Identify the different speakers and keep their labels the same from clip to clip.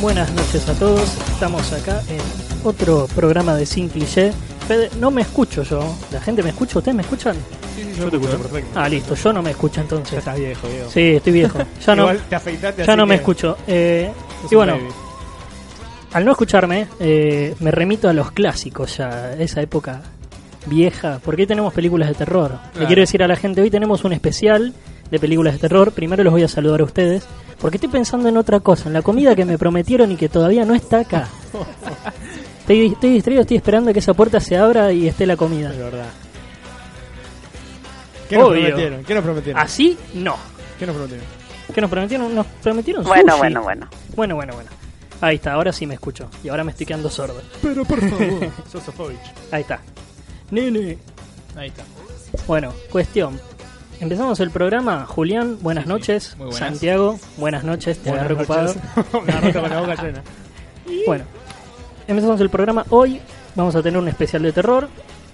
Speaker 1: buenas noches a todos. Estamos acá en otro programa de Sin Cliché. Fede, no me escucho yo. ¿La gente me escucha? ¿Ustedes me escuchan?
Speaker 2: Sí, sí,
Speaker 3: Yo te escucho perfecto.
Speaker 1: Ah, listo, yo no me escucho
Speaker 2: Ya
Speaker 1: entonces.
Speaker 2: estás viejo, Diego.
Speaker 1: Sí, estoy viejo. Ya no,
Speaker 2: Igual te afeitaste
Speaker 1: ya
Speaker 2: así
Speaker 1: no me
Speaker 2: que
Speaker 1: escucho. Eh,
Speaker 2: sos
Speaker 1: y
Speaker 2: un
Speaker 1: bueno,
Speaker 2: baby.
Speaker 1: al no escucharme, eh, me remito a los clásicos ya, esa época vieja, porque hoy tenemos películas de terror. Le
Speaker 2: Claro.
Speaker 1: quiero decir a la gente, hoy tenemos un especial de películas de terror. Primero los voy a saludar a ustedes, porque estoy pensando en otra cosa, en la comida que me prometieron y que todavía no está acá. Estoy, estoy distraído, estoy esperando que esa puerta se abra y esté la comida.
Speaker 2: Es verdad. ¿Qué nos
Speaker 1: Obvio.
Speaker 2: prometieron? ¿Qué nos prometieron?
Speaker 3: Ah,
Speaker 1: Así, no.
Speaker 2: ¿Qué nos prometieron?
Speaker 1: ¿Qué nos prometieron? Nos prometieron
Speaker 4: Bueno,
Speaker 1: sushi.
Speaker 4: bueno, bueno.
Speaker 1: Bueno, bueno, bueno. Ahí está, ahora sí me escucho. Y ahora me estoy quedando sordo.
Speaker 2: Pero por favor, Sosofovich.
Speaker 1: Ahí está. Nene.
Speaker 5: Ahí está.
Speaker 1: Bueno, cuestión. Empezamos el programa. Julián, buenas
Speaker 5: Sí, sí.
Speaker 1: noches.
Speaker 5: Muy buenas.
Speaker 1: Santiago, buenas noches. Te
Speaker 2: Buenas
Speaker 1: agarré ocupado.
Speaker 2: noches. Me agarraste con la boca llena.
Speaker 1: Bueno, empezamos el programa. Hoy vamos a tener un especial de terror.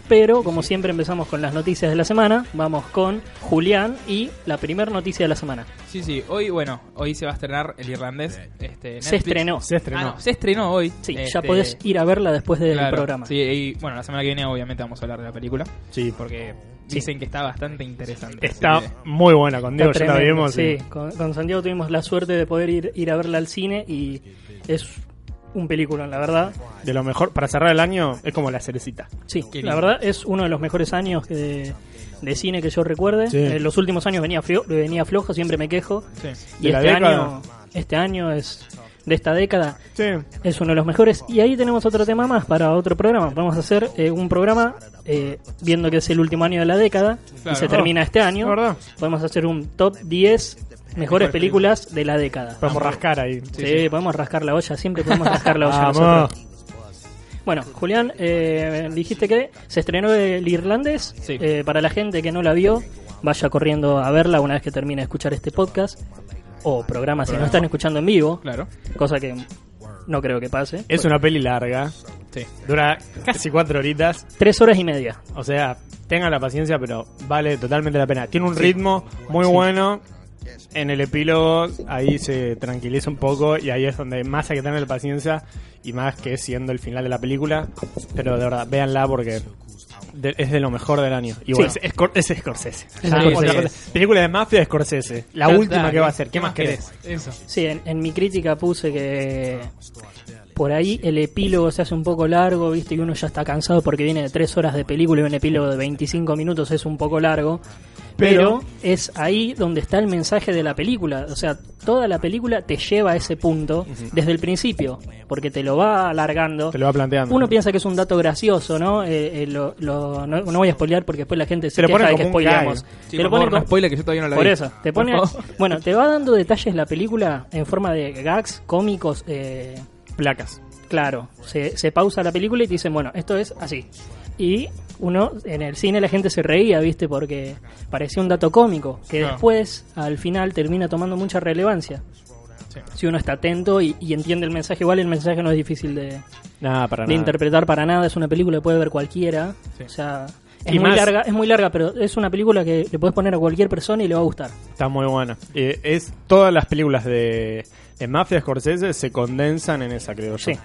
Speaker 1: Pero, como siempre, empezamos con las noticias de la semana. Vamos con Julián y la primera noticia de la semana.
Speaker 5: Sí, sí. Hoy, bueno, hoy se va a estrenar El Irlandés. Este, Netflix.
Speaker 1: Se estrenó.
Speaker 2: Se estrenó.
Speaker 5: Ah, no, se estrenó hoy.
Speaker 1: Sí, ya
Speaker 5: Este,
Speaker 1: podés ir a verla después del
Speaker 5: claro,
Speaker 1: programa.
Speaker 5: Sí, y bueno, la semana que viene obviamente vamos a hablar de la película.
Speaker 3: Sí, porque
Speaker 5: Porque
Speaker 1: Sí.
Speaker 5: dicen que está bastante interesante.
Speaker 3: está
Speaker 5: Así que-
Speaker 3: muy buena con Diego, ya la
Speaker 1: tremendo,
Speaker 3: vimos.
Speaker 1: Sí,
Speaker 3: y-
Speaker 1: con, con Santiago tuvimos la suerte de poder ir, ir a verla al cine y es un película, la verdad.
Speaker 3: De lo mejor, para cerrar el año, es como la cerecita.
Speaker 1: Sí,
Speaker 5: Qué
Speaker 1: la
Speaker 5: lindo.
Speaker 1: verdad es uno de los mejores años de, de cine que yo recuerde.
Speaker 3: Sí.
Speaker 1: En los últimos años venía, fio- venía flojo, siempre me quejo.
Speaker 5: sí.
Speaker 1: Y
Speaker 3: De la
Speaker 1: este
Speaker 3: década.
Speaker 1: año, este año es de esta década
Speaker 3: Sí,
Speaker 1: es uno de los mejores. Y ahí tenemos otro tema más para otro programa. Vamos a hacer eh, un programa eh, viendo que es el último año de la década
Speaker 5: Claro.
Speaker 1: y se termina este año.
Speaker 3: La verdad.
Speaker 1: Podemos hacer un top 10 mejores películas de la década.
Speaker 3: podemos rascar ahí.
Speaker 1: Sí, podemos rascar la olla, siempre podemos rascar la olla.
Speaker 3: Vamos.
Speaker 1: nosotros. Bueno, Julián, eh, dijiste que se estrenó el irlandés.
Speaker 5: Sí.
Speaker 1: Eh, para la gente que no la vio, vaya corriendo a verla una vez que termine de escuchar este podcast o programa si no están escuchando en vivo,
Speaker 5: Claro.
Speaker 1: cosa que no creo que pase.
Speaker 3: Es una peli larga,
Speaker 5: Sí.
Speaker 3: dura casi cuatro horitas.
Speaker 1: Tres horas y media.
Speaker 3: O sea, tengan la paciencia, pero vale totalmente la pena. Tiene un ritmo muy bueno. En el epílogo ahí se tranquiliza un poco y ahí es donde más hay que tener paciencia y más que siendo el final de la película. Pero de verdad, véanla porque de- es de lo mejor del año. Y bueno,
Speaker 1: Sí.
Speaker 3: es, Scor- es Scorsese.
Speaker 1: Es
Speaker 3: Ya,
Speaker 5: Scorsese.
Speaker 3: otra cosa. Película de mafia de Scorsese. La
Speaker 5: Ya
Speaker 3: última
Speaker 5: está,
Speaker 3: que va a hacer. ¿Qué más querés?
Speaker 5: Eso.
Speaker 1: Sí, en, en mi crítica puse que por ahí el epílogo se hace un poco largo, viste, y uno ya está cansado porque viene de tres horas de película y un epílogo de 25 minutos es un poco largo. Pero,
Speaker 3: Pero-
Speaker 1: es ahí donde está el mensaje de la película. O sea, toda la película te lleva a ese punto desde el principio, porque te lo va alargando.
Speaker 3: Te lo va planteando.
Speaker 1: Uno piensa que es un dato gracioso, ¿no? Eh, eh, lo- lo- no, no voy a spoilear porque después la gente se
Speaker 3: Te lo
Speaker 1: queja
Speaker 3: ponen
Speaker 1: de que
Speaker 3: como un
Speaker 1: spoileamos.
Speaker 3: gag.
Speaker 1: Te
Speaker 5: Sí,
Speaker 1: lo
Speaker 5: por favor,
Speaker 1: ponen
Speaker 5: no
Speaker 1: como-
Speaker 5: spoiler que yo todavía no la
Speaker 1: por
Speaker 5: vi.
Speaker 1: eso, te pone.
Speaker 5: Por favor.
Speaker 1: Bueno, te va dando detalles la película en forma de gags cómicos. eh,
Speaker 3: placas.
Speaker 1: claro, se, se pausa la película y te dicen, bueno, esto es así. Y uno, en el cine la gente se reía, ¿viste? Porque parecía un dato cómico, que
Speaker 5: Claro.
Speaker 1: después, al final, termina tomando mucha relevancia.
Speaker 5: Sí.
Speaker 1: Si uno está atento y, y entiende el mensaje, igual el mensaje no es difícil de,
Speaker 3: Nada, para
Speaker 1: de
Speaker 3: nada.
Speaker 1: interpretar para nada. Es una película que puede ver cualquiera.
Speaker 5: Sí.
Speaker 1: O sea, es
Speaker 3: Y
Speaker 1: muy,
Speaker 3: más-
Speaker 1: larga, es muy larga, pero es una película que le puedes poner a cualquier persona y le va a gustar.
Speaker 3: Está muy buena. Eh, es, todas las películas de, de Mafia Scorsese se condensan en esa, creo yo.
Speaker 1: Sí,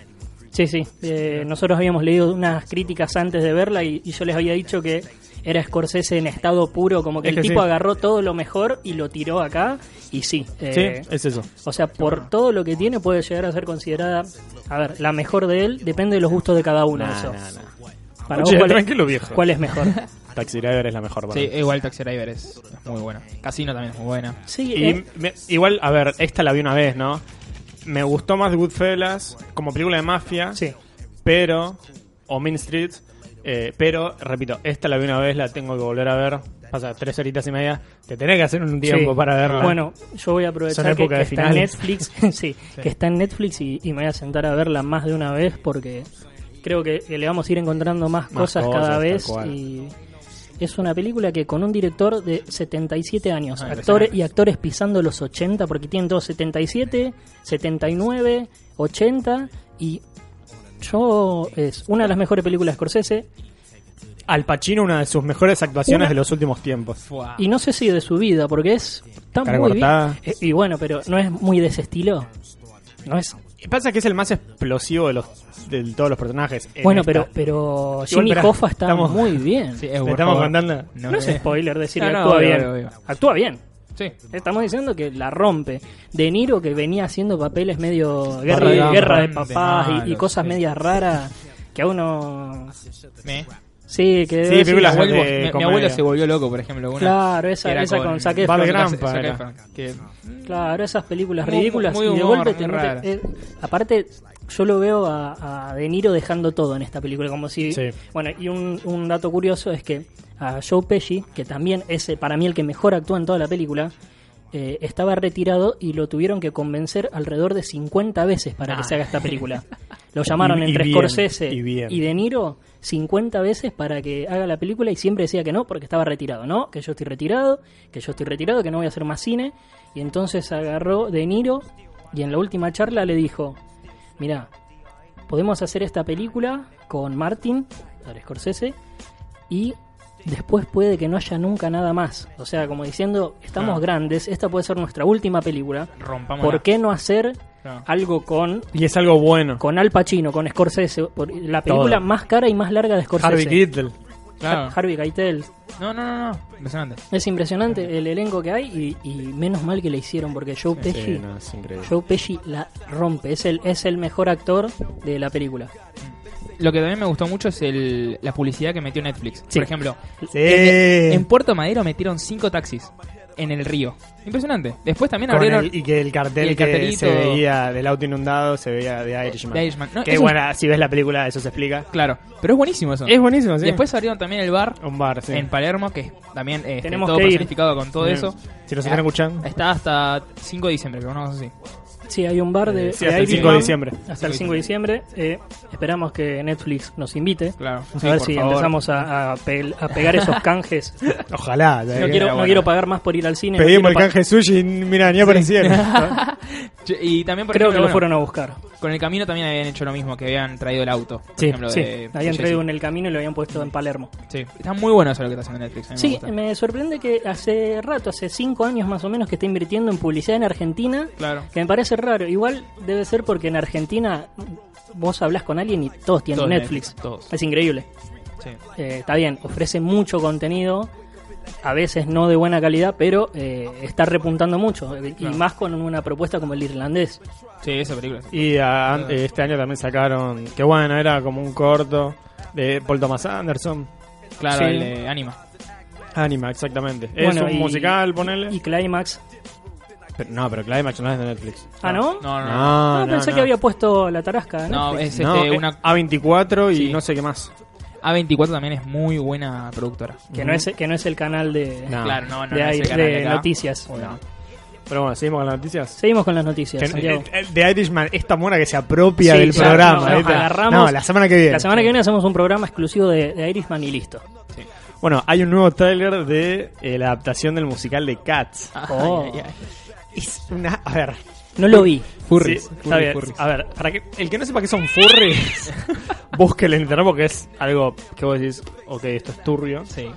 Speaker 1: sí, sí. Eh, nosotros habíamos leído unas críticas antes de verla y, y yo les había dicho que era Scorsese en estado puro, como que
Speaker 3: Es
Speaker 1: el
Speaker 3: que
Speaker 1: tipo
Speaker 3: sí.
Speaker 1: agarró todo lo mejor y lo tiró acá y sí.
Speaker 3: Sí,
Speaker 1: eh,
Speaker 3: es eso.
Speaker 1: O sea, por todo lo que tiene puede llegar a ser considerada, a ver, la mejor de él, depende de los gustos de cada uno.
Speaker 3: Nah,
Speaker 1: eso.
Speaker 3: nah, nah.
Speaker 1: Para vos,
Speaker 3: Che,
Speaker 1: ¿cuál,
Speaker 3: tranquilo,
Speaker 1: es,
Speaker 3: viejo.
Speaker 1: cuál es mejor?
Speaker 3: Taxi Driver es la mejor. para
Speaker 5: Sí,
Speaker 3: mí.
Speaker 5: igual Taxi Driver es es muy buena. Casino también es muy buena.
Speaker 1: Sí,
Speaker 3: Y
Speaker 1: eh,
Speaker 3: me- igual, a ver, esta la vi una vez, ¿no? Me gustó más Goodfellas como película de mafia,
Speaker 1: sí.
Speaker 3: pero. O Mean Street. eh, pero, repito, esta la vi una vez, la tengo que volver a ver. Pasa tres horitas y media. Te tenés que hacer un tiempo
Speaker 1: Sí.
Speaker 3: para verla.
Speaker 1: Bueno, yo voy a aprovechar
Speaker 3: Son
Speaker 1: que,
Speaker 3: época
Speaker 1: que
Speaker 3: de
Speaker 1: está en
Speaker 3: finales.
Speaker 1: Netflix, sí, que está en Netflix y, y me voy a sentar a verla más de una vez porque creo que, que le vamos a ir encontrando más,
Speaker 3: Más
Speaker 1: cosas,
Speaker 3: cosas,
Speaker 1: cada
Speaker 3: tal
Speaker 1: vez
Speaker 3: cual.
Speaker 1: y es una película que con un director de 77 años,
Speaker 5: Ah,
Speaker 1: actores
Speaker 5: impresionante.
Speaker 1: y actores pisando los 80 porque tienen todos 77, 79, 80 y yo es una de las mejores películas de Scorsese
Speaker 3: Al Pacino, una de sus mejores actuaciones
Speaker 1: Una-
Speaker 3: de los últimos tiempos.
Speaker 5: Fua.
Speaker 1: y no sé si de su vida porque es tan
Speaker 3: Cara
Speaker 1: muy bien.
Speaker 3: cortada.
Speaker 1: Eh, y bueno, pero no es muy de ese estilo. No es
Speaker 3: Pasa que es el más explosivo de, los, de todos los personajes. en
Speaker 1: Bueno,
Speaker 3: esta.
Speaker 1: pero, pero Jimmy
Speaker 3: pará,
Speaker 1: Coffa está
Speaker 3: estamos-
Speaker 1: muy bien.
Speaker 5: Sí,
Speaker 3: ¿Le
Speaker 5: eh, por
Speaker 3: estamos
Speaker 5: favor.
Speaker 3: contando?
Speaker 1: no,
Speaker 5: me-
Speaker 1: es spoiler decir
Speaker 5: No,
Speaker 1: que
Speaker 5: no,
Speaker 1: actúa
Speaker 5: obvio,
Speaker 1: bien.
Speaker 5: obvio, obvio.
Speaker 1: Actúa bien.
Speaker 5: Sí.
Speaker 1: Estamos diciendo que la rompe. De Niro, que venía haciendo papeles medio guerra,
Speaker 5: Sí,
Speaker 1: de, guerra de
Speaker 5: bastante
Speaker 1: papás y- y,
Speaker 5: malos,
Speaker 1: cosas
Speaker 5: sí.
Speaker 1: medias raras que a uno.
Speaker 5: Me,
Speaker 1: Sí, que.
Speaker 3: Sí,
Speaker 1: decís,
Speaker 5: mi,
Speaker 3: películas
Speaker 5: abuelo,
Speaker 3: de
Speaker 5: mi- mi
Speaker 3: comedia.
Speaker 5: abuelo se volvió loco, por ejemplo. Una
Speaker 1: Claro, esa-
Speaker 5: que era
Speaker 1: esa con Zac Efron.
Speaker 3: Val
Speaker 5: Zac-
Speaker 3: Grampa
Speaker 5: Zac
Speaker 3: era.
Speaker 5: Efron, que-
Speaker 1: Claro, esas películas
Speaker 5: Muy-
Speaker 1: ridículas
Speaker 5: muy
Speaker 1: y de
Speaker 5: humor,
Speaker 1: golpe te
Speaker 5: muy
Speaker 1: mete-
Speaker 5: raro.
Speaker 1: eh, aparte, yo lo veo a, a De Niro dejando todo en esta película, como si...
Speaker 3: Sí.
Speaker 1: Bueno, y un, un dato curioso es que a Joe Pesci, que también es eh, para mí el que mejor actúa en toda la película, eh, estaba retirado y lo tuvieron que convencer alrededor de 50 veces para que se haga esta película. Lo llamaron
Speaker 3: Ah. Y- y
Speaker 1: entre
Speaker 3: bien,
Speaker 1: Scorsese
Speaker 3: y bien.
Speaker 1: De Niro 50 veces para que haga la película y siempre decía que no porque estaba retirado, ¿no? Que yo estoy retirado, que yo estoy retirado, que no voy a hacer más cine. Y entonces agarró De Niro y en la última charla le dijo, mira, podemos hacer esta película con Martin, para Scorsese, y después puede que no haya nunca nada más. O sea, como diciendo, estamos
Speaker 5: Ah.
Speaker 1: grandes, esta puede ser nuestra última película.
Speaker 5: Rompamos.
Speaker 1: ¿Por qué no hacer
Speaker 5: Claro.
Speaker 1: algo con
Speaker 3: Y es algo bueno.
Speaker 1: con Al Pacino, con Scorsese, por- la película
Speaker 3: Todo.
Speaker 1: más cara y más larga de Scorsese.
Speaker 3: Harvey Keitel.
Speaker 5: Claro.
Speaker 1: Har- Harvey Keitel.
Speaker 5: No, no, no, no. Impresionante.
Speaker 1: Es impresionante el elenco que hay y, y menos mal que le hicieron porque Joe Pesci,
Speaker 3: es increíble.
Speaker 1: Joe Pesci la rompe, es el es el mejor actor de la película.
Speaker 5: Lo que también me gustó mucho es el, la publicidad que metió Netflix.
Speaker 1: Sí.
Speaker 5: Por ejemplo,
Speaker 3: Sí. Eh.
Speaker 5: en, en Puerto Madero metieron cinco taxis en el río. Impresionante. Después también
Speaker 3: Con
Speaker 5: abrieron
Speaker 3: el- y que el cartel
Speaker 5: y el
Speaker 3: que
Speaker 5: cartelito.
Speaker 3: se veía del auto inundado se veía de Irishman.
Speaker 5: The Irishman. No,
Speaker 3: que
Speaker 5: eso-
Speaker 3: bueno, si ves la película eso se explica.
Speaker 5: Claro, pero es buenísimo eso.
Speaker 3: Es buenísimo, sí.
Speaker 5: Después abrieron también el bar
Speaker 3: un bar, sí.
Speaker 5: en Palermo, que también eh, está
Speaker 1: Tenemos
Speaker 5: todo
Speaker 1: que ir.
Speaker 5: personificado con todo
Speaker 3: Bien.
Speaker 5: eso. Ah,
Speaker 3: Si nos están
Speaker 1: Eh,
Speaker 3: escuchando.
Speaker 5: Está hasta 5 de diciembre, creo, una cosa así.
Speaker 1: Sí, hay un bar de,
Speaker 3: Eh, Sí,
Speaker 1: de
Speaker 3: hasta el
Speaker 1: Irishman
Speaker 3: 5 de diciembre.
Speaker 1: Hasta el 5 de diciembre eh, esperamos que Netflix nos invite.
Speaker 5: Claro.
Speaker 1: A
Speaker 5: Sí,
Speaker 1: ver
Speaker 5: por
Speaker 1: si
Speaker 5: favor.
Speaker 1: empezamos a, a pel- a pegar esos canjes.
Speaker 3: Ojalá. eh.
Speaker 1: No quiero, no quiero pagar más por ir al cine. no
Speaker 3: Pedimos
Speaker 1: quiero
Speaker 3: el
Speaker 1: pa-
Speaker 3: canje sushi y mira, ni aparecieron.
Speaker 5: Che, Y también, por
Speaker 1: Creo que lo
Speaker 5: ejemplo, bueno,
Speaker 1: fueron a buscar.
Speaker 5: con el camino también habían hecho lo mismo, que habían traído el auto. Por
Speaker 1: Sí,
Speaker 5: ejemplo,
Speaker 1: sí.
Speaker 5: de-
Speaker 1: Habían
Speaker 5: de
Speaker 1: traído en el camino y lo habían puesto en Palermo.
Speaker 5: Sí, está muy bueno eso lo que está haciendo Netflix. a mí me
Speaker 1: Sí,
Speaker 5: gusta.
Speaker 1: me sorprende que hace rato, hace cinco años más o menos, que está invirtiendo en publicidad en Argentina,
Speaker 5: Claro.
Speaker 1: que me parece raro. Igual debe ser porque en Argentina vos hablas con alguien y todos tienen
Speaker 5: Todos
Speaker 1: Netflix.
Speaker 5: Netflix, todos.
Speaker 1: Es increíble.
Speaker 5: Sí.
Speaker 1: Eh, está bien, ofrece mucho contenido, a veces no de buena calidad, pero eh, está repuntando mucho. eh, Y más con una propuesta como el irlandés.
Speaker 5: Sí, esa película. sí.
Speaker 3: Y ah, an- eh, este año también sacaron, que bueno, era como un corto de Paul Thomas Anderson.
Speaker 5: Claro,
Speaker 1: Sí.
Speaker 5: el de Anima.
Speaker 3: Anima, exactamente. es
Speaker 1: Bueno,
Speaker 3: un
Speaker 1: y-
Speaker 3: musical, ponele.
Speaker 1: Y Climax.
Speaker 3: Pero, no, pero Climax no es de Netflix.
Speaker 1: Ah, ¿no?
Speaker 5: No, no, no.
Speaker 1: Ah, pensé
Speaker 3: no.
Speaker 1: que había puesto la tarasca. ¿no?
Speaker 5: No, es
Speaker 3: No,
Speaker 5: este,
Speaker 3: eh,
Speaker 5: una...
Speaker 3: A24 y
Speaker 5: Sí.
Speaker 3: no sé qué más.
Speaker 5: A24 también es muy buena productora.
Speaker 1: Que, no es, que no es el canal de,
Speaker 3: No.
Speaker 5: Claro, no, no,
Speaker 1: de
Speaker 5: no es
Speaker 1: ahí-
Speaker 5: el canal
Speaker 1: de
Speaker 5: acá.
Speaker 1: noticias.
Speaker 5: No.
Speaker 3: Pero bueno, seguimos con las noticias.
Speaker 1: Seguimos con las noticias,
Speaker 3: Que-
Speaker 1: Santiago.
Speaker 3: eh, eh, De Irishman, esta mona que se apropia
Speaker 1: Sí,
Speaker 3: del
Speaker 1: ya,
Speaker 3: programa.
Speaker 1: no, no,
Speaker 3: ¿viste?
Speaker 1: agarramos-
Speaker 3: No, la semana que viene.
Speaker 1: La semana que viene hacemos un programa exclusivo de, de Irishman y listo.
Speaker 3: Bueno, hay un nuevo tráiler de eh, la adaptación del musical de Cats.
Speaker 1: Oh.
Speaker 5: Ay, ay, ay.
Speaker 3: Es una... A ver.
Speaker 1: No lo vi.
Speaker 5: Furries.
Speaker 3: Sí,
Speaker 5: Furries,
Speaker 3: está bien.
Speaker 5: furries.
Speaker 3: A ver, para que, el que no sepa qué son furries, busque el internet porque es algo que vos decís, ok, esto es turbio.
Speaker 5: Sí.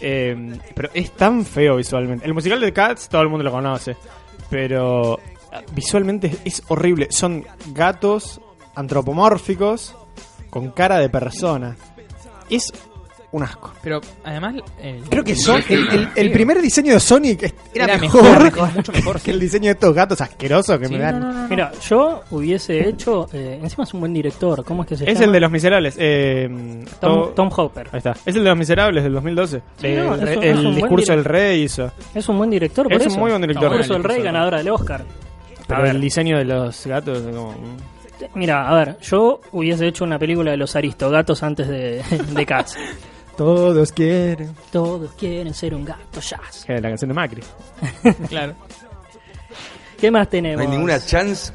Speaker 3: Eh, pero es tan feo visualmente. El musical de Cats todo el mundo lo conoce. Pero eh, visualmente es- es horrible. Son gatos antropomórficos con cara de persona. Es un asco.
Speaker 5: Pero además... el-
Speaker 3: Creo que son, el, el- el
Speaker 5: Sí.
Speaker 3: primer diseño de Sonic es- era,
Speaker 5: Era
Speaker 3: mejor,
Speaker 5: mejor, es mucho mejor,
Speaker 3: que el diseño de estos gatos asquerosos que
Speaker 5: Sí,
Speaker 3: me
Speaker 5: no,
Speaker 3: dan.
Speaker 5: no, no, no.
Speaker 1: Mira, yo hubiese hecho. eh, encima es un buen director. ¿Cómo es que se
Speaker 3: Es
Speaker 1: llama?
Speaker 3: el de Los Miserables. eh,
Speaker 1: Tom,
Speaker 3: to-
Speaker 1: Tom Hopper.
Speaker 3: Ahí está. Es el de Los Miserables del 2012.
Speaker 1: Sí,
Speaker 3: el
Speaker 1: no, es un-
Speaker 3: re-
Speaker 1: es
Speaker 3: el
Speaker 1: un buen
Speaker 3: discurso
Speaker 1: direc-
Speaker 3: del rey hizo.
Speaker 1: Es un buen director, por
Speaker 3: Es un
Speaker 1: eso.
Speaker 3: muy buen director.
Speaker 1: Discurso del
Speaker 5: Bueno,
Speaker 1: Rey,
Speaker 5: el
Speaker 1: ganadora del Oscar.
Speaker 3: Pero
Speaker 1: ver.
Speaker 3: el diseño de los gatos es como... mm.
Speaker 1: Te- Mira, a ver, yo hubiese hecho una película de los aristogatos antes de, de Cats.
Speaker 3: Todos quieren.
Speaker 1: Todos quieren ser un gato jazz.
Speaker 3: Que es la canción de Macri.
Speaker 5: Claro.
Speaker 1: ¿Qué más tenemos?
Speaker 4: No hay ninguna chance.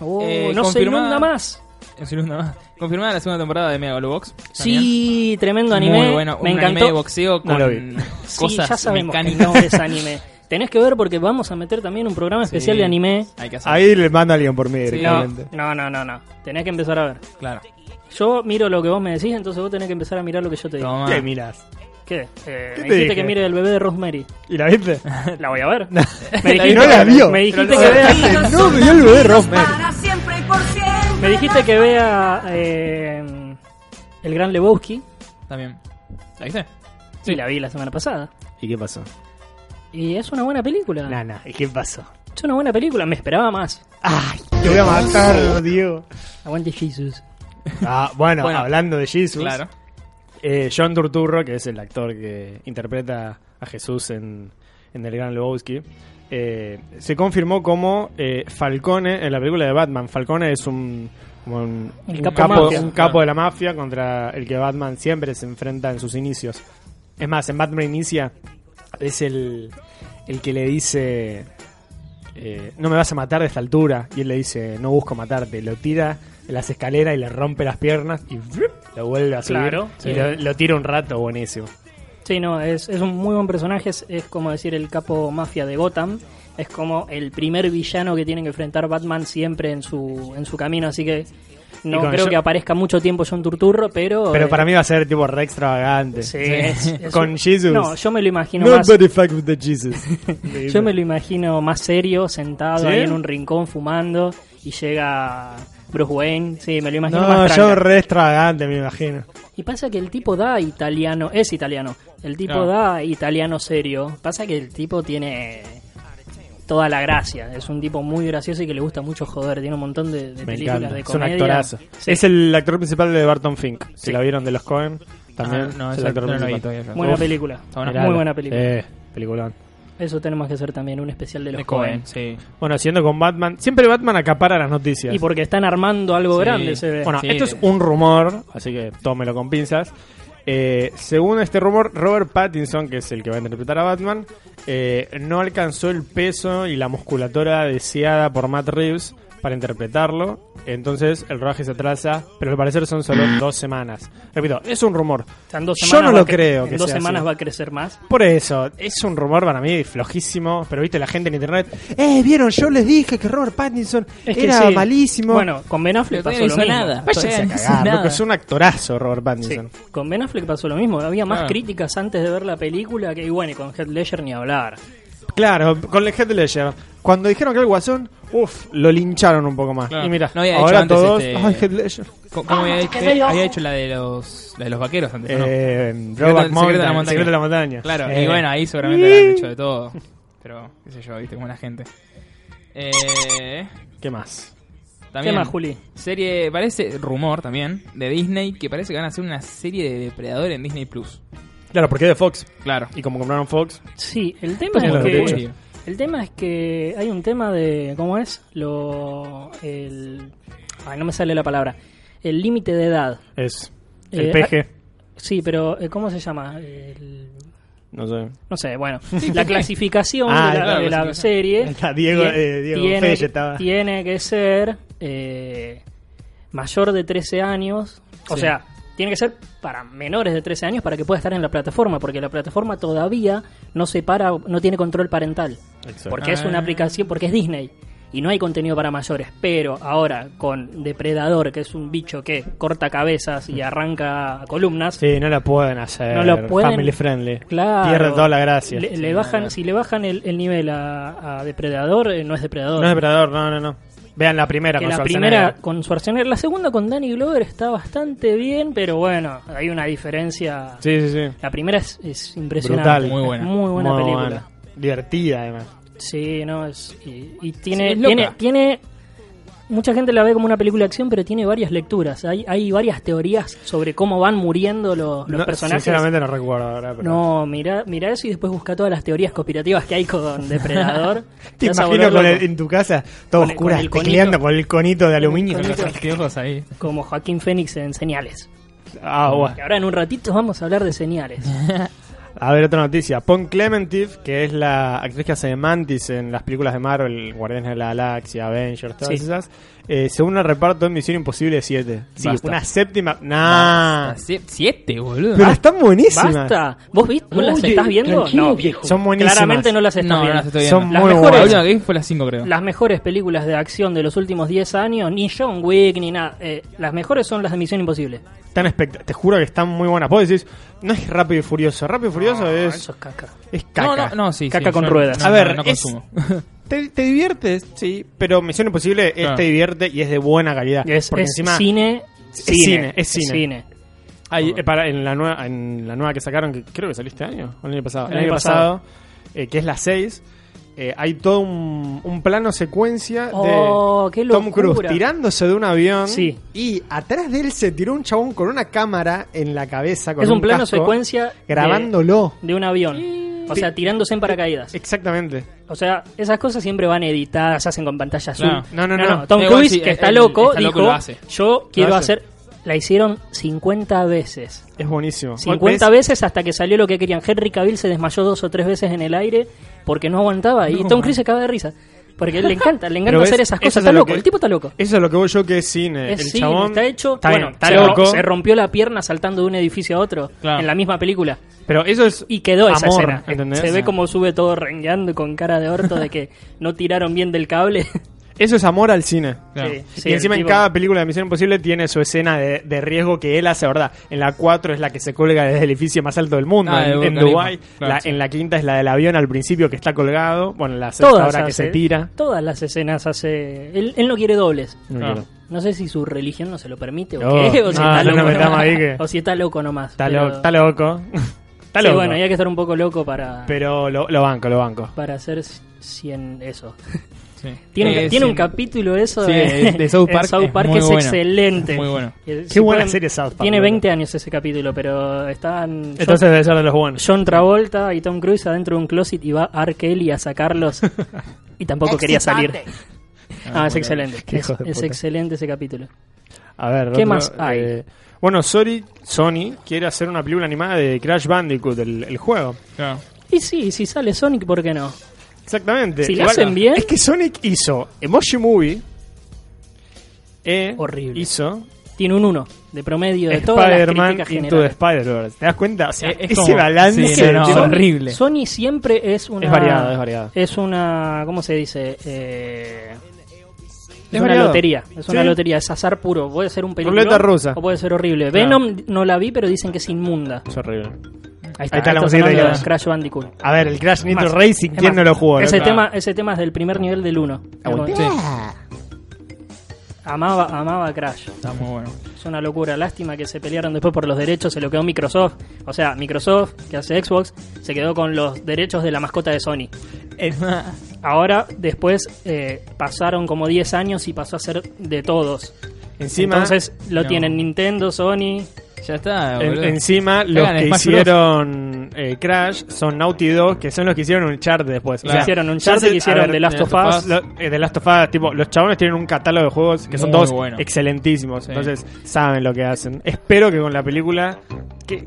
Speaker 1: Oh,
Speaker 5: Eh,
Speaker 1: no se
Speaker 5: confirmada-
Speaker 1: inunda más.
Speaker 5: En segundo más. Confirmada la segunda temporada de Megalobox.
Speaker 1: Sí, tremendo
Speaker 5: también.
Speaker 1: anime.
Speaker 5: Muy bueno.
Speaker 1: Me
Speaker 5: un
Speaker 1: encantó.
Speaker 5: anime de boxeo con
Speaker 3: No lo vi.
Speaker 1: Sí,
Speaker 5: cosas
Speaker 1: ya sabemos que
Speaker 5: mecánicas.
Speaker 1: no es anime. Tenés que ver porque vamos a meter también un programa especial
Speaker 5: Sí.
Speaker 1: de anime.
Speaker 5: Hay que hacer.
Speaker 3: Ahí le manda a alguien por mí
Speaker 1: No,
Speaker 3: directamente.
Speaker 1: no, no, no, no. Tenés que empezar a ver.
Speaker 5: Claro.
Speaker 1: Yo miro lo que vos me decís, entonces vos tenés que empezar a mirar lo que yo te digo.
Speaker 5: Toma.
Speaker 3: ¿Qué mirás?
Speaker 1: ¿Qué? Eh,
Speaker 3: ¿Qué
Speaker 1: me
Speaker 3: te
Speaker 1: dijiste
Speaker 3: dije?
Speaker 1: que mire el bebé de Rosemary.
Speaker 3: ¿Y la viste?
Speaker 1: La voy a ver.
Speaker 3: Y no la vio.
Speaker 1: Me dijiste
Speaker 3: Pero
Speaker 1: que
Speaker 3: no vio el bebé Rosemary.
Speaker 6: Para siempre y por siempre.
Speaker 1: Me dijiste que vea eh, El Gran Lebowski.
Speaker 5: También. ¿La viste?
Speaker 1: Y la vi la semana pasada.
Speaker 3: ¿Y qué pasó?
Speaker 1: Y es una buena película.
Speaker 3: Nana, ¿y qué pasó?
Speaker 1: Es una buena película, me esperaba más.
Speaker 3: ¡Ay! Te voy a matar, Diego.
Speaker 1: Aguante Jesus.
Speaker 3: Ah, bueno,
Speaker 5: Bueno.
Speaker 3: hablando de Jesus,
Speaker 5: Claro.
Speaker 3: eh, John Turturro, que es el actor que interpreta a Jesús en, en El Gran Lebowski, eh, se confirmó como eh, Falcone en la película de Batman. Falcone es un, como un,
Speaker 1: El
Speaker 3: un
Speaker 1: capo
Speaker 3: capo,
Speaker 1: mafia.
Speaker 3: un capo de la mafia Ah. contra el que Batman siempre se enfrenta en sus inicios. Es más, en Batman Inicia es el, el que le dice, eh, no me vas a matar de esta altura. Y él le dice, no busco matarte. Lo tira de las escaleras y le rompe las piernas y ¡vrup! lo vuelve a subir.
Speaker 1: Claro,
Speaker 3: y
Speaker 1: sí.
Speaker 3: lo, lo tira un rato, buenísimo.
Speaker 1: Sí, no, es, es un muy buen personaje, es, es como decir el capo mafia de Gotham. Es como el primer villano que tiene que enfrentar Batman siempre en su, en su camino, así que no
Speaker 3: Y con
Speaker 1: creo
Speaker 3: John-
Speaker 1: que aparezca mucho tiempo John Turturro, pero...
Speaker 3: Pero
Speaker 1: eh,
Speaker 3: para mí va a ser tipo re extravagante.
Speaker 1: sí, es- es
Speaker 3: Con
Speaker 1: un-
Speaker 3: Jesus.
Speaker 1: No, yo me lo imagino más...
Speaker 3: Nobody fuck with the Jesus.
Speaker 1: Yo me lo imagino más serio, sentado
Speaker 3: ¿Sí?
Speaker 1: ahí en un rincón fumando y lega Bruce Wayne. Sí, me lo imagino
Speaker 3: No,
Speaker 1: más
Speaker 3: yo
Speaker 1: tranca.
Speaker 3: re extravagante, me imagino.
Speaker 1: Y pasa que el tipo da italiano, es italiano. El tipo
Speaker 5: Claro.
Speaker 1: da italiano serio. Pasa que el tipo tiene toda la gracia. Es un tipo muy gracioso y que le gusta mucho joder. Tiene un montón de, de
Speaker 3: Me
Speaker 1: películas
Speaker 3: encanta.
Speaker 1: de
Speaker 3: Es un
Speaker 1: comedia.
Speaker 3: actorazo.
Speaker 1: Sí.
Speaker 3: Es el actor principal de Barton Fink. Si la vieron de los Cohen, también
Speaker 5: Ah, no,
Speaker 3: es el
Speaker 5: esa
Speaker 3: actor
Speaker 5: no la vi
Speaker 3: principal.
Speaker 5: todavía yo.
Speaker 1: Buena
Speaker 5: Uf,
Speaker 1: película.
Speaker 5: está buena.
Speaker 1: Muy buena película.
Speaker 3: Eh, peliculón.
Speaker 1: Eso tenemos que hacer también, un especial de los
Speaker 5: De
Speaker 1: Coen.
Speaker 5: Cohen, sí.
Speaker 1: Ah,
Speaker 3: Bueno, siguiendo con Batman. Siempre Batman acapara las noticias.
Speaker 1: Y porque están armando algo
Speaker 5: Sí.
Speaker 1: grande, se ve.
Speaker 3: Bueno,
Speaker 5: Sí.
Speaker 3: esto es un rumor, así que tómelo con pinzas. Eh, según este rumor, Robert Pattinson, que es el que va a interpretar a Batman, eh, no alcanzó el peso y la musculatura deseada por Matt Reeves para interpretarlo. Entonces el rodaje se atrasa, pero al parecer son solo dos semanas. Repito, es un rumor.
Speaker 1: O sea, en dos
Speaker 3: Yo
Speaker 1: semanas
Speaker 3: no
Speaker 1: va
Speaker 3: lo
Speaker 1: a cre-
Speaker 3: creo que
Speaker 1: En dos
Speaker 3: sea
Speaker 1: semanas
Speaker 3: así.
Speaker 1: va a crecer más.
Speaker 3: Por eso, es un rumor para mí flojísimo, pero viste la gente en internet, eh, vieron, yo les dije que Robert Pattinson
Speaker 1: Es que
Speaker 3: era
Speaker 1: sí.
Speaker 3: malísimo.
Speaker 1: Bueno, con Ben Affleck
Speaker 5: Pero
Speaker 1: pasó lo
Speaker 5: todavía no hizo
Speaker 1: mismo.
Speaker 5: nada.
Speaker 3: váyanse a
Speaker 5: no hizo
Speaker 3: cagar,
Speaker 5: nada.
Speaker 3: Ah, loco, es un actorazo Robert
Speaker 1: Sí, Ah.
Speaker 3: Pattinson.
Speaker 1: Con Ben Affleck pasó lo mismo. Había más
Speaker 5: Claro.
Speaker 1: críticas antes de ver la película que, y bueno, y con Heath Ledger ni hablar.
Speaker 3: Claro, con el Head Ledger. Cuando dijeron que era el guasón, uff, lo lincharon un poco más.
Speaker 5: Claro.
Speaker 3: Y mira,
Speaker 5: No había hecho
Speaker 3: ahora
Speaker 5: antes
Speaker 3: todos.
Speaker 5: este-
Speaker 3: Ay, Heath Ledger.
Speaker 5: Co- ¿Cómo había hecho? Había hecho la de los, la de los vaqueros antes, ¿o ¿no?
Speaker 3: Eh,
Speaker 5: Secreto-
Speaker 3: Brokeback
Speaker 5: Secreto
Speaker 3: Mountain,
Speaker 5: de la Montaña.
Speaker 3: Secreto de la Montaña.
Speaker 5: Claro,
Speaker 3: Eh,
Speaker 5: y bueno, ahí seguramente habrán hecho de todo. Pero, qué sé yo, viste, como la gente. Eh,
Speaker 3: ¿Qué más?
Speaker 5: también,
Speaker 1: ¿Qué más, Juli?
Speaker 5: Serie, parece rumor también, de Disney, que parece que van a hacer una serie de Depredador en Disney Plus.
Speaker 3: Claro, porque es de Fox.
Speaker 5: Claro.
Speaker 3: Y como compraron Fox,
Speaker 1: Sí, el tema
Speaker 5: Pues
Speaker 1: es
Speaker 3: bueno,
Speaker 1: que...
Speaker 3: de hecho.
Speaker 1: El tema es que hay un tema de... ¿Cómo es? Lo... El... Ay, no me sale la palabra. El límite de edad.
Speaker 3: es el
Speaker 1: Eh,
Speaker 3: PG.
Speaker 1: Sí, pero eh, ¿cómo se llama? El-
Speaker 3: No sé.
Speaker 1: No sé, bueno. la clasificación
Speaker 3: Ah,
Speaker 1: de la,
Speaker 5: claro,
Speaker 1: de la
Speaker 5: clasificación.
Speaker 1: serie
Speaker 3: Está Diego,
Speaker 1: tie-
Speaker 3: eh, Diego
Speaker 1: tiene,
Speaker 3: Felle estaba.
Speaker 1: tiene que ser eh, mayor de 13 años. O
Speaker 5: Sí.
Speaker 1: sea, tiene que ser para menores de 13 años para que pueda estar en la plataforma, porque la plataforma todavía no separa, no tiene control parental. Porque es una
Speaker 5: Ah.
Speaker 1: aplicación, porque es Disney. Y no hay contenido para mayores. Pero ahora con Depredador, que es un bicho que corta cabezas y arranca columnas,
Speaker 3: Sí, no la pueden hacer.
Speaker 1: No lo pueden-
Speaker 3: Eh, Family friendly.
Speaker 1: Claro.
Speaker 3: Pierde toda la gracia.
Speaker 1: Le, le bajan, si le bajan el, el nivel a, a Depredador, eh, no es Depredador.
Speaker 3: No es depredador, no, no, no. Vean la primera
Speaker 1: Que
Speaker 3: con
Speaker 1: la
Speaker 3: Schwarzenegger.
Speaker 1: primera con Schwarzenegger, la segunda con Danny Glover está bastante bien, pero bueno, hay una diferencia.
Speaker 3: Sí, sí, sí.
Speaker 1: La primera es, es impresionante.
Speaker 3: Brutal.
Speaker 5: Muy buena.
Speaker 1: Muy buena
Speaker 3: Muy
Speaker 1: película.
Speaker 3: buena. Divertida, además.
Speaker 1: Sí, no, es, y, y tiene,
Speaker 5: Sí, es loca.
Speaker 1: tiene, tiene, mucha gente la ve como una película de acción, pero tiene varias lecturas. Hay, hay varias teorías sobre cómo van muriendo los, los
Speaker 3: No,
Speaker 1: personajes.
Speaker 3: Sinceramente no recuerdo ahora, pero.
Speaker 1: No, mira, mira eso y después busca todas las teorías conspirativas que hay con Depredador.
Speaker 3: Te
Speaker 1: vas a
Speaker 3: imagino
Speaker 1: volver
Speaker 3: con
Speaker 1: loco.
Speaker 3: el- en tu casa, todo
Speaker 1: Con el-
Speaker 3: oscura,
Speaker 1: con el conito.
Speaker 3: tecleando con el conito de aluminio.
Speaker 1: Con el conito.
Speaker 5: Los ahí.
Speaker 1: como Joaquín Fénix en Señales.
Speaker 3: Ah, bueno.
Speaker 1: Que ahora en un ratito vamos a hablar de Señales.
Speaker 3: A ver, otra noticia. Pon Clementif, que es la actriz que hace de Mantis en las películas de Marvel, Guardianes de la Galaxia, Avengers, todas
Speaker 1: Sí.
Speaker 3: esas, eh, se une al reparto en Misión Imposible 7. Sí,
Speaker 5: Basta.
Speaker 3: una séptima. Nah.
Speaker 5: Siete, boludo.
Speaker 3: Pero están buenísimas.
Speaker 1: Basta. ¿Vos viste? ¿Vos las
Speaker 4: Oye,
Speaker 1: estás viendo?
Speaker 4: tranquilo,
Speaker 1: No.
Speaker 4: viejo.
Speaker 3: Son buenísimas.
Speaker 1: Claramente no las estás
Speaker 5: no, no
Speaker 1: viendo.
Speaker 5: las estoy
Speaker 3: Son
Speaker 5: viendo.
Speaker 1: Las
Speaker 3: muy
Speaker 1: mejores.
Speaker 5: La
Speaker 3: buenas.
Speaker 5: última que vi fue las cinco, creo.
Speaker 1: Las mejores películas de acción de los últimos 10 años, ni John Wick, ni nada. eh, las mejores son las de Misión Imposible.
Speaker 3: Están espect- Te juro que están muy buenas. Vos decís, no es Rápido y Furioso. Rápido y Furioso
Speaker 1: No,
Speaker 3: es,
Speaker 1: Ah, Eso es caca.
Speaker 3: es caca.
Speaker 5: No, no, no, sí.
Speaker 1: Caca
Speaker 5: sí,
Speaker 1: con
Speaker 5: yo-
Speaker 1: ruedas.
Speaker 5: no,
Speaker 3: A
Speaker 5: no,
Speaker 3: ver,
Speaker 5: no
Speaker 3: es-
Speaker 5: consumo.
Speaker 3: Te, te diviertes, sí, pero Misión Imposible es-
Speaker 5: Claro.
Speaker 3: te divierte y es de buena calidad.
Speaker 1: Y es,
Speaker 3: Porque
Speaker 1: es
Speaker 3: encima
Speaker 1: cine,
Speaker 3: es cine, es cine. hay,
Speaker 5: Bueno.
Speaker 3: eh, para, en, la nueva, en la nueva que sacaron, que creo que salió este año, o el año pasado,
Speaker 1: El
Speaker 3: el,
Speaker 1: año
Speaker 3: año pasado, eh, que es la 6, eh, hay todo un, un plano secuencia
Speaker 1: Oh, qué
Speaker 3: de Tom
Speaker 1: locura.
Speaker 3: Cruise tirándose de un avión
Speaker 1: Sí.
Speaker 3: y atrás de él se tiró un chabón con una cámara en la cabeza. Con
Speaker 1: Es un plano
Speaker 3: casco,
Speaker 1: secuencia de-
Speaker 3: Grabándolo.
Speaker 1: de un avión. O sea, tirándose en paracaídas.
Speaker 3: Exactamente.
Speaker 1: O sea, esas cosas siempre van editadas, se hacen con pantalla azul.
Speaker 5: Claro.
Speaker 3: No, no, no.
Speaker 1: Tom
Speaker 5: Da igual,
Speaker 1: Cruise,
Speaker 5: sí,
Speaker 1: que
Speaker 5: el-
Speaker 1: está
Speaker 5: el-
Speaker 1: loco,
Speaker 5: está loco
Speaker 1: dijo,
Speaker 5: lo hace.
Speaker 1: yo quiero
Speaker 3: hace.
Speaker 1: hacer... La hicieron 50 veces.
Speaker 3: Es buenísimo.
Speaker 1: 50
Speaker 3: ¿Ves?
Speaker 1: veces hasta que salió lo que querían. Henry Cavill se desmayó dos o tres veces en el aire porque no aguantaba. Y Tom Cruise se caga de risa. Porque a él le encanta, le
Speaker 3: Pero
Speaker 1: encanta hacer
Speaker 3: ves,
Speaker 1: esas
Speaker 3: eso
Speaker 1: cosas.
Speaker 3: es
Speaker 1: Está
Speaker 3: lo
Speaker 1: loco,
Speaker 3: que-
Speaker 1: el tipo está loco.
Speaker 3: Eso es lo que voy yo que es cine.
Speaker 1: Es
Speaker 3: el
Speaker 1: cine,
Speaker 3: chabón
Speaker 1: está hecho.
Speaker 3: Está,
Speaker 1: bueno,
Speaker 3: bien, está
Speaker 1: se, ro-
Speaker 3: loco.
Speaker 1: se rompió la pierna saltando de un edificio a otro
Speaker 5: Claro.
Speaker 1: en la misma película.
Speaker 3: Pero eso es.
Speaker 1: Y quedó esa
Speaker 3: amor,
Speaker 1: escena.
Speaker 3: ¿entendés? Ah.
Speaker 1: Se ve como sube todo rengueando con cara de orto de que no tiraron bien del cable.
Speaker 3: Eso es amor al cine.
Speaker 5: Claro.
Speaker 1: Sí, sí,
Speaker 3: y
Speaker 1: el
Speaker 3: encima en
Speaker 1: tipo-
Speaker 3: cada película de Misión Imposible tiene su escena de, de riesgo que él hace, ¿verdad? En la 4 es la que se colga desde el edificio más alto del mundo,
Speaker 5: Ah,
Speaker 3: en,
Speaker 5: de
Speaker 3: en
Speaker 5: vulcanismo.
Speaker 3: Dubái.
Speaker 5: Claro,
Speaker 3: La-
Speaker 5: sí.
Speaker 3: En la quinta es la del avión al principio que está colgado. Bueno, en la sexta
Speaker 1: Todas
Speaker 3: ahora que
Speaker 1: hace-
Speaker 3: se tira.
Speaker 1: Todas las escenas hace. Él, él no quiere dobles.
Speaker 3: No
Speaker 5: Claro.
Speaker 3: quiero.
Speaker 1: No sé si su religión no se lo permite o
Speaker 3: No,
Speaker 1: qué, o si está
Speaker 3: no, no nos
Speaker 1: loco
Speaker 3: metamos
Speaker 1: nomás.
Speaker 3: ahí que-
Speaker 1: O si está loco nomás.
Speaker 3: Está,
Speaker 1: pero-
Speaker 3: lo- está loco. está
Speaker 1: Sí,
Speaker 3: loco.
Speaker 1: bueno, y hay que estar un poco loco para,
Speaker 3: Pero lo, lo banco, lo banco.
Speaker 1: para hacer 100 eso.
Speaker 5: Sí.
Speaker 1: Tiene,
Speaker 5: Eh,
Speaker 1: tiene
Speaker 5: sí.
Speaker 1: un capítulo eso
Speaker 5: Sí,
Speaker 1: de,
Speaker 5: es de South
Speaker 1: en
Speaker 5: Park, es
Speaker 1: Park
Speaker 5: muy
Speaker 1: es
Speaker 5: bueno.
Speaker 1: excelente.
Speaker 5: Muy bueno.
Speaker 1: Eh,
Speaker 3: Qué
Speaker 1: si
Speaker 3: buena
Speaker 1: pueden-
Speaker 3: serie South Park.
Speaker 1: Tiene
Speaker 3: boludo.
Speaker 1: 20 años ese capítulo, pero están John,
Speaker 3: Entonces debe ser de los buenos.
Speaker 1: John Travolta y Tom Cruise adentro de un closet y va R. Kelly a sacarlos y tampoco quería salir. Ah, es
Speaker 5: bueno.
Speaker 1: excelente.
Speaker 3: Qué
Speaker 1: Es,
Speaker 3: hijo de
Speaker 1: es
Speaker 3: puta.
Speaker 1: excelente ese capítulo.
Speaker 3: A ver, eh,
Speaker 1: ¿Qué más hay?
Speaker 3: bueno, Sony, Sony quiere hacer una película animada de Crash Bandicoot, el, el juego.
Speaker 5: Claro.
Speaker 1: Y sí, si sale Sonic, ¿por qué no?
Speaker 3: Exactamente.
Speaker 1: Si la hacen bien.
Speaker 3: Es que Sonic hizo Emoji Movie. eh,
Speaker 1: Horrible.
Speaker 3: Hizo
Speaker 1: Tiene un 1 de promedio de todas las
Speaker 3: Spider-Man
Speaker 1: críticas
Speaker 3: Into the
Speaker 1: generales.
Speaker 3: Spider-Verse. ¿Te das cuenta? O sea,
Speaker 5: Eh, es
Speaker 3: ese
Speaker 5: como-
Speaker 3: balance
Speaker 5: sí, no, no,
Speaker 3: de-
Speaker 5: es horrible.
Speaker 1: Sony siempre es una.
Speaker 3: Es variado, es variado.
Speaker 1: Es una. ¿Cómo se dice? Eh, es una
Speaker 3: variado.
Speaker 1: lotería. Es una
Speaker 3: Sí.
Speaker 1: lotería. Es azar puro. Puede ser un peligro.
Speaker 3: Ruleta rusa.
Speaker 1: O puede ser horrible.
Speaker 3: Claro.
Speaker 1: Venom no la vi, pero dicen que es inmunda.
Speaker 3: Es horrible.
Speaker 1: Ahí
Speaker 3: Ahí está la
Speaker 1: esto
Speaker 3: musiquita
Speaker 1: sonando
Speaker 3: de-
Speaker 1: de Crash Bandicoot.
Speaker 3: A ver, el Crash Nitro
Speaker 1: Más.
Speaker 3: Racing,
Speaker 1: Es más,
Speaker 3: ¿quién no Ah, lo jugó?
Speaker 1: Ese
Speaker 3: no?
Speaker 1: tema, ese tema es del primer nivel del 1.
Speaker 5: Sí,
Speaker 1: Amaba, amaba Crash.
Speaker 5: está muy bueno.
Speaker 1: Es una locura, lástima que se pelearon después por los derechos, se lo quedó Microsoft. O sea, Microsoft, que hace Xbox, se quedó con los derechos de la mascota de Sony. Ahora, después, eh, pasaron como 10 años y pasó a ser de todos.
Speaker 3: Encima,
Speaker 1: Entonces, lo
Speaker 5: No.
Speaker 1: tienen Nintendo, Sony.
Speaker 5: ya está,
Speaker 3: en-
Speaker 5: Ah, boludo.
Speaker 3: encima los
Speaker 5: Hagan
Speaker 3: que
Speaker 5: Smash Bros.
Speaker 3: hicieron eh, Crash son Naughty Dog, que son los que hicieron un chart después.
Speaker 5: Claro.
Speaker 1: Hicieron un
Speaker 3: ya
Speaker 1: chart,
Speaker 3: se-
Speaker 1: que
Speaker 3: a
Speaker 1: hicieron
Speaker 3: ver,
Speaker 1: The Last of
Speaker 5: Last
Speaker 1: Us.
Speaker 5: of
Speaker 3: Lo- eh, de Last of Us, tipo, los chabones tienen un catálogo de juegos que son
Speaker 5: Muy
Speaker 3: todos
Speaker 5: bueno.
Speaker 3: excelentísimos.
Speaker 5: Sí.
Speaker 3: Entonces, saben lo que hacen. Espero que con la película. Que, eh,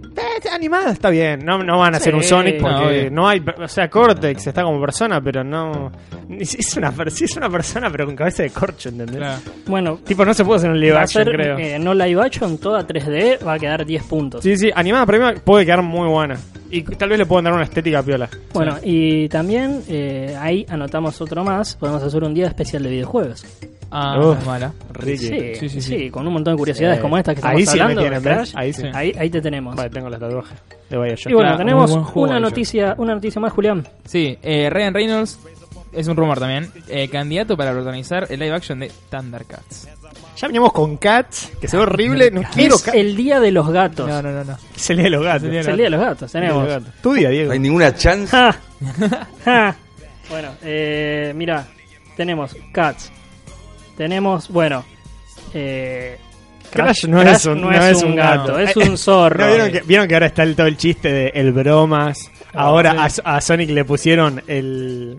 Speaker 3: animada está bien. No, no van a hacer
Speaker 1: Sí,
Speaker 3: un Sonic
Speaker 1: no,
Speaker 3: porque
Speaker 5: obvio.
Speaker 3: no, hay. O sea, Cortex está como persona, pero no. Es es una, per- sí es una persona, pero con cabeza de corcho, ¿entendés?
Speaker 5: Claro.
Speaker 1: Bueno,
Speaker 3: Tipo, no se puede hacer un live
Speaker 1: va a
Speaker 3: action,
Speaker 1: ser
Speaker 3: creo.
Speaker 1: eh, no live action, toda 3D, va a quedar 10 puntos.
Speaker 3: Sí, sí, animada primero puede quedar muy buena. Y tal vez le puedan dar una estética piola.
Speaker 1: Bueno, y también eh, ahí anotamos otro más. Podemos hacer un día especial de videojuegos.
Speaker 5: Ah,
Speaker 3: Uf.
Speaker 5: es mala.
Speaker 3: Ricky.
Speaker 1: Sí,
Speaker 5: Sí, sí, sí.
Speaker 1: sí, con un montón de curiosidades
Speaker 3: Eh,
Speaker 1: como estas que estamos
Speaker 3: ahí sí me
Speaker 1: hablando.
Speaker 3: tienen,
Speaker 1: de
Speaker 3: ¿ves?
Speaker 1: Crash.
Speaker 3: Ahí sí.
Speaker 1: Ahí, ahí te tenemos.
Speaker 3: Vale, tengo la tatuaje de Bioshock.
Speaker 1: Y bueno,
Speaker 5: Claro,
Speaker 1: tenemos
Speaker 5: muy buen juego,
Speaker 1: una
Speaker 5: de hecho.
Speaker 1: noticia, una noticia más, Julián.
Speaker 5: Sí, eh, Ryan Reynolds es un rumor también. eh, candidato para protagonizar el live action de Thundercats.
Speaker 3: Ya veníamos con Cats, que se ve horrible. No quiero
Speaker 1: es
Speaker 3: Cats.
Speaker 1: el día de los gatos.
Speaker 5: no, no, no.
Speaker 3: Es el día de los gatos.
Speaker 1: Es el día de los gatos, tenemos.
Speaker 3: Tu día, Diego.
Speaker 4: No hay ninguna chance.
Speaker 1: Ja. Ja. bueno, eh, mira, tenemos Cats. Tenemos, bueno, eh,
Speaker 3: Crash no es un- no es un gato. Eh,
Speaker 1: es un zorro.
Speaker 3: ¿No vieron, que, vieron que ahora está el, todo el chiste de el bromas.
Speaker 1: Ah,
Speaker 3: Ahora a, a Sonic le pusieron el.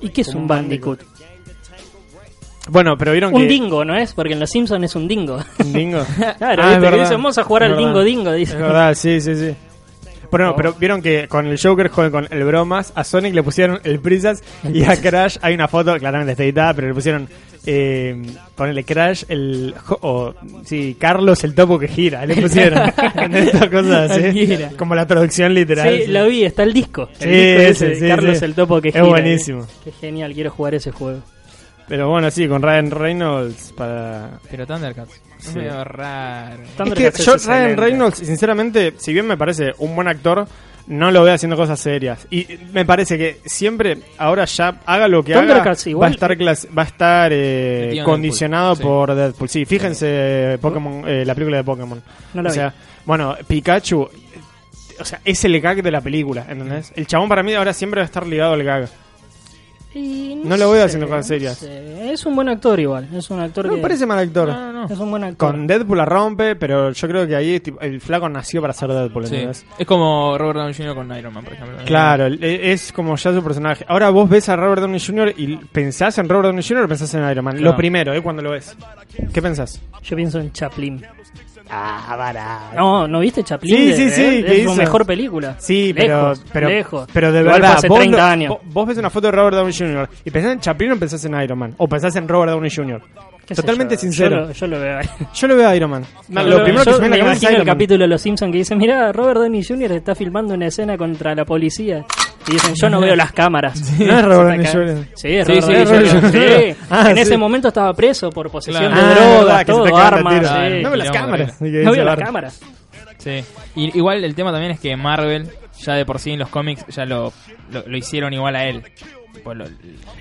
Speaker 1: ¿Y qué es un bandicoot?
Speaker 3: Bueno, pero vieron
Speaker 1: Un
Speaker 3: que.
Speaker 1: dingo, ¿no es? Porque en Los Simpsons es un dingo.
Speaker 3: Un dingo.
Speaker 1: Claro,
Speaker 3: Ah,
Speaker 1: viste
Speaker 3: es
Speaker 1: que
Speaker 3: verdad.
Speaker 1: dicen, vamos a jugar
Speaker 3: Es
Speaker 1: al
Speaker 3: verdad.
Speaker 1: dingo dingo,
Speaker 3: Es
Speaker 1: dice.
Speaker 3: verdad, sí, sí, sí. Pero, no, pero vieron que con el Joker juegan con el bromas. A Sonic le pusieron el Prisas. Y a Crash hay una foto, claramente está editada, pero le pusieron. Eh, ponele Crash, el. jo- O, sí, Carlos el topo que gira. Le pusieron. en estas cosas así.
Speaker 1: Cualquiera.
Speaker 3: Como la traducción literal.
Speaker 1: Sí, lo vi, está el disco. El
Speaker 3: Sí,
Speaker 1: disco
Speaker 3: ese,
Speaker 1: ese de
Speaker 3: sí,
Speaker 1: Carlos
Speaker 3: sí.
Speaker 1: el Topo que
Speaker 3: Es
Speaker 1: gira.
Speaker 3: buenísimo.
Speaker 1: Qué genial, quiero jugar ese juego.
Speaker 3: Pero bueno, sí, con Ryan Reynolds para.
Speaker 5: Pero Thundercats. Es medio raro.
Speaker 3: Es
Speaker 1: Thundercats
Speaker 3: que yo,
Speaker 1: es
Speaker 3: Ryan
Speaker 1: excelente.
Speaker 3: Reynolds, sinceramente, si bien me parece un buen actor, no lo veo haciendo cosas serias. Y me parece que siempre, ahora ya, haga lo que haga,
Speaker 1: Thundercats igual.
Speaker 3: va a estar, clas- va a estar eh,
Speaker 5: Metido en
Speaker 3: condicionado
Speaker 5: Deadpool, sí.
Speaker 3: por Deadpool. Sí, fíjense Pokémon, eh, la película de Pokémon.
Speaker 1: No la
Speaker 3: o
Speaker 1: vi.
Speaker 3: sea, bueno, Pikachu, eh, o sea, es el gag de la película, ¿entendés? El chabón para mí ahora siempre va a estar ligado al gag.
Speaker 1: Y
Speaker 3: No lo veo
Speaker 1: sé,
Speaker 3: haciendo cosas
Speaker 1: no
Speaker 3: serias.
Speaker 1: sé. Es un buen actor igual. Es un actor
Speaker 3: No
Speaker 1: que.
Speaker 3: me parece mal actor.
Speaker 5: No, no, no.
Speaker 1: Es un buen actor.
Speaker 3: Con Deadpool la rompe, pero yo creo que ahí tipo, el flaco nació para ser Deadpool,
Speaker 5: Sí.
Speaker 3: ¿entendés?
Speaker 5: Es como Robert Downey Jr. con Iron Man, por ejemplo.
Speaker 3: Claro, e- es como ya su personaje. Ahora vos ves a Robert Downey Jr. y pensás en Robert Downey Jr. o pensás en Iron Man.
Speaker 5: Claro.
Speaker 3: Lo primero, ¿eh? Cuando lo ves. ¿Qué pensás?
Speaker 1: Yo pienso en Chaplin.
Speaker 3: Ah, para.
Speaker 1: No, ¿no viste Chaplin?
Speaker 3: Sí,
Speaker 1: De-
Speaker 3: sí, sí,
Speaker 1: de-
Speaker 3: ¿qué
Speaker 1: Es su
Speaker 3: hizo?
Speaker 1: mejor película.
Speaker 3: Sí,
Speaker 1: Lejos,
Speaker 3: pero, pero,
Speaker 1: lejos.
Speaker 3: pero de
Speaker 1: Igual fue
Speaker 3: verdad,
Speaker 1: Hace
Speaker 3: vos,
Speaker 1: 30
Speaker 3: lo-
Speaker 1: años.
Speaker 3: vo- vos ves una foto de Robert Downey Jr. y pensás en Chaplin o pensás en Iron Man. O pensás en Robert Downey Jr.
Speaker 1: Qué sé
Speaker 3: Totalmente
Speaker 1: yo, Yo lo,
Speaker 3: sincero.
Speaker 1: yo lo veo ahí.
Speaker 3: Yo lo veo a Iron Man. lo
Speaker 1: Yo-
Speaker 3: primero que
Speaker 1: yo
Speaker 3: se me viene
Speaker 1: me
Speaker 3: a la cabeza
Speaker 1: imagino
Speaker 3: es
Speaker 1: el
Speaker 3: Iron Man.
Speaker 1: capítulo de Los Simpsons que dice, mira, Robert Downey Jr. está filmando una escena contra la policía. Y dicen, yo no veo las cámaras.
Speaker 3: No es Robert Downey
Speaker 1: Acá-
Speaker 3: Jr.
Speaker 1: Sí, es
Speaker 5: Sí,
Speaker 1: Robert
Speaker 5: sí,
Speaker 1: Downey
Speaker 5: es Robert
Speaker 1: Jr.,
Speaker 3: Downey
Speaker 1: sí.
Speaker 3: Jr. Ah,
Speaker 1: en
Speaker 3: sí.
Speaker 1: ese momento estaba preso por posesión
Speaker 5: Claro.
Speaker 1: de
Speaker 3: Ah,
Speaker 1: drogas,
Speaker 3: que se te
Speaker 1: todo,
Speaker 3: cagaron de
Speaker 1: armas.
Speaker 3: tiro.
Speaker 1: sí. eh.
Speaker 3: No
Speaker 1: No
Speaker 3: veo las
Speaker 5: Quilombo,
Speaker 3: cámaras.
Speaker 5: quilombo.
Speaker 1: veo las
Speaker 3: Barto.
Speaker 1: cámaras.
Speaker 5: Sí. Y, igual el tema también es que Marvel, ya de por sí en los cómics, ya lo, lo, lo hicieron igual a él. Tipo, lo-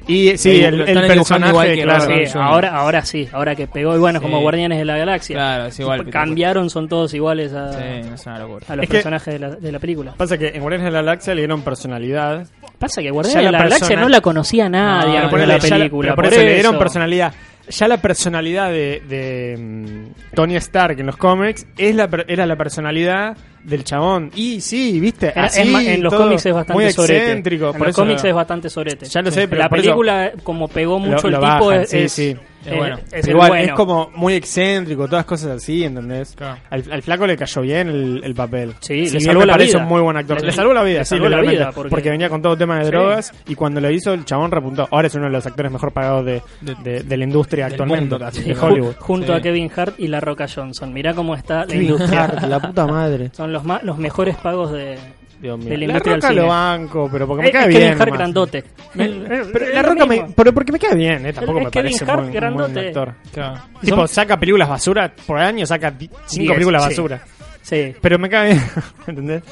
Speaker 3: Y sí,
Speaker 5: Sí,
Speaker 3: el,
Speaker 5: lo
Speaker 3: el
Speaker 5: están dibujando
Speaker 3: personaje,
Speaker 5: igual que
Speaker 3: claro.
Speaker 5: Robert
Speaker 1: Sí,
Speaker 5: Downey Jr.
Speaker 1: ahora, ahora sí, ahora que pegó, y bueno,
Speaker 5: Sí.
Speaker 1: como Guardianes de la Galaxia.
Speaker 5: Claro, es igual.
Speaker 1: Cambiaron, son todos iguales a,
Speaker 3: Ah.
Speaker 5: Sí, no es una locura.
Speaker 1: a los
Speaker 3: Es que-
Speaker 1: personajes de, la, de la película.
Speaker 3: Pasa que en Guardianes de la Galaxia le dieron personalidad.
Speaker 1: Pasa que Guardianes de
Speaker 3: Ya la
Speaker 1: la Galaxia
Speaker 3: persona-
Speaker 1: no la conocía nadie
Speaker 5: No,
Speaker 1: antes
Speaker 5: pero
Speaker 1: de
Speaker 3: Ponele,
Speaker 1: la
Speaker 3: ya la-
Speaker 1: película.
Speaker 3: pero Ah, por, eso, le dieron personalidad. Ya la personalidad de, de, mm, Tony Stark en los cómics es la, per- era la personalidad del chabón. Y sí, viste.
Speaker 1: Era- es
Speaker 3: Así,
Speaker 1: ma- en los
Speaker 3: todo
Speaker 1: cómics es bastante
Speaker 3: muy
Speaker 1: sorete.
Speaker 3: excéntrico.
Speaker 1: En
Speaker 3: por
Speaker 1: los
Speaker 3: eso
Speaker 1: cómics
Speaker 3: lo-
Speaker 1: es bastante sorete.
Speaker 3: Ya lo sé, pero
Speaker 1: la
Speaker 3: por eso-
Speaker 1: película, como pegó mucho
Speaker 3: lo
Speaker 1: el tipo,
Speaker 3: bajan,
Speaker 1: es,
Speaker 3: sí,
Speaker 1: es-
Speaker 3: sí.
Speaker 1: es-
Speaker 5: Es bueno.
Speaker 1: es
Speaker 3: pero
Speaker 1: el
Speaker 3: igual,
Speaker 1: bueno.
Speaker 3: es como muy excéntrico, todas cosas así, ¿entendés?
Speaker 5: Claro.
Speaker 3: Al, al flaco le cayó bien el, el papel.
Speaker 1: Sí,
Speaker 3: Si
Speaker 1: le
Speaker 3: bien
Speaker 1: salvó
Speaker 3: me
Speaker 1: la
Speaker 3: parece
Speaker 1: vida.
Speaker 3: un muy buen actor.
Speaker 1: Le-
Speaker 3: Le, salvó la vida,
Speaker 1: le
Speaker 3: sí,
Speaker 1: salvó la
Speaker 3: literalmente,
Speaker 1: vida, porque-
Speaker 3: porque... venía con todo tema de
Speaker 1: Sí.
Speaker 3: drogas y cuando lo hizo el chabón repuntó. Ahora es uno de los actores mejor pagados de, de- de la industria
Speaker 5: Del
Speaker 3: actualmente,
Speaker 5: mundo.
Speaker 3: casi,
Speaker 1: Sí,
Speaker 3: de
Speaker 1: ju-
Speaker 3: Hollywood.
Speaker 1: junto
Speaker 5: Sí.
Speaker 1: a Kevin Hart y La Roca Johnson. Mirá cómo está la industria.
Speaker 3: la puta madre.
Speaker 1: Son los, ma- los mejores pagos de...
Speaker 3: Dios mío.
Speaker 1: De la
Speaker 3: La
Speaker 1: industria
Speaker 3: roca
Speaker 1: del
Speaker 3: lo
Speaker 1: cine.
Speaker 3: banco, pero porque
Speaker 1: Eh,
Speaker 3: me cae
Speaker 1: es
Speaker 3: bien.
Speaker 1: Kevin Hart
Speaker 3: nomás.
Speaker 1: grandote.
Speaker 3: Me- eh, pero la
Speaker 1: Es lo
Speaker 3: roca me,
Speaker 1: mismo.
Speaker 3: pero porque me cae bien, eh, tampoco
Speaker 1: Es
Speaker 3: me
Speaker 1: Kevin
Speaker 3: parece un
Speaker 1: Hart
Speaker 3: buen- un buen
Speaker 1: grandote.
Speaker 3: actor.
Speaker 5: Claro.
Speaker 3: Tipo, saca películas basura por año, saca 5
Speaker 1: Diez,
Speaker 3: películas
Speaker 1: sí.
Speaker 3: basura.
Speaker 1: Sí,
Speaker 3: Pero me cae bien, ¿entendés?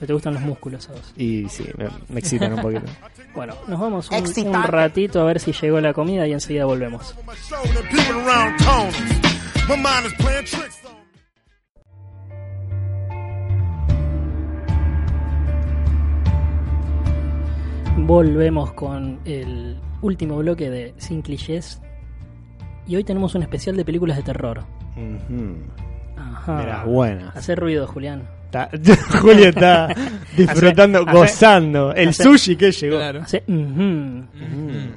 Speaker 1: te gustan los músculos a vos.
Speaker 3: Y sí, me, me excitan un poquito.
Speaker 1: Bueno, nos vamos un, un ratito a ver si llegó la comida y enseguida volvemos.
Speaker 4: on my shoulder, peeping around corners. My mind is playing tricks on me.
Speaker 1: Volvemos con el último bloque de Sin Clichés. Y hoy tenemos un especial de películas de terror. Ajá.
Speaker 3: De las buenas.
Speaker 1: Hacer ruido, Julián.
Speaker 3: Está- Ah. Julio está disfrutando,
Speaker 1: Hace-
Speaker 3: gozando. el
Speaker 1: hace-
Speaker 3: sushi que llegó.
Speaker 5: Claro.
Speaker 1: Hace- ujú.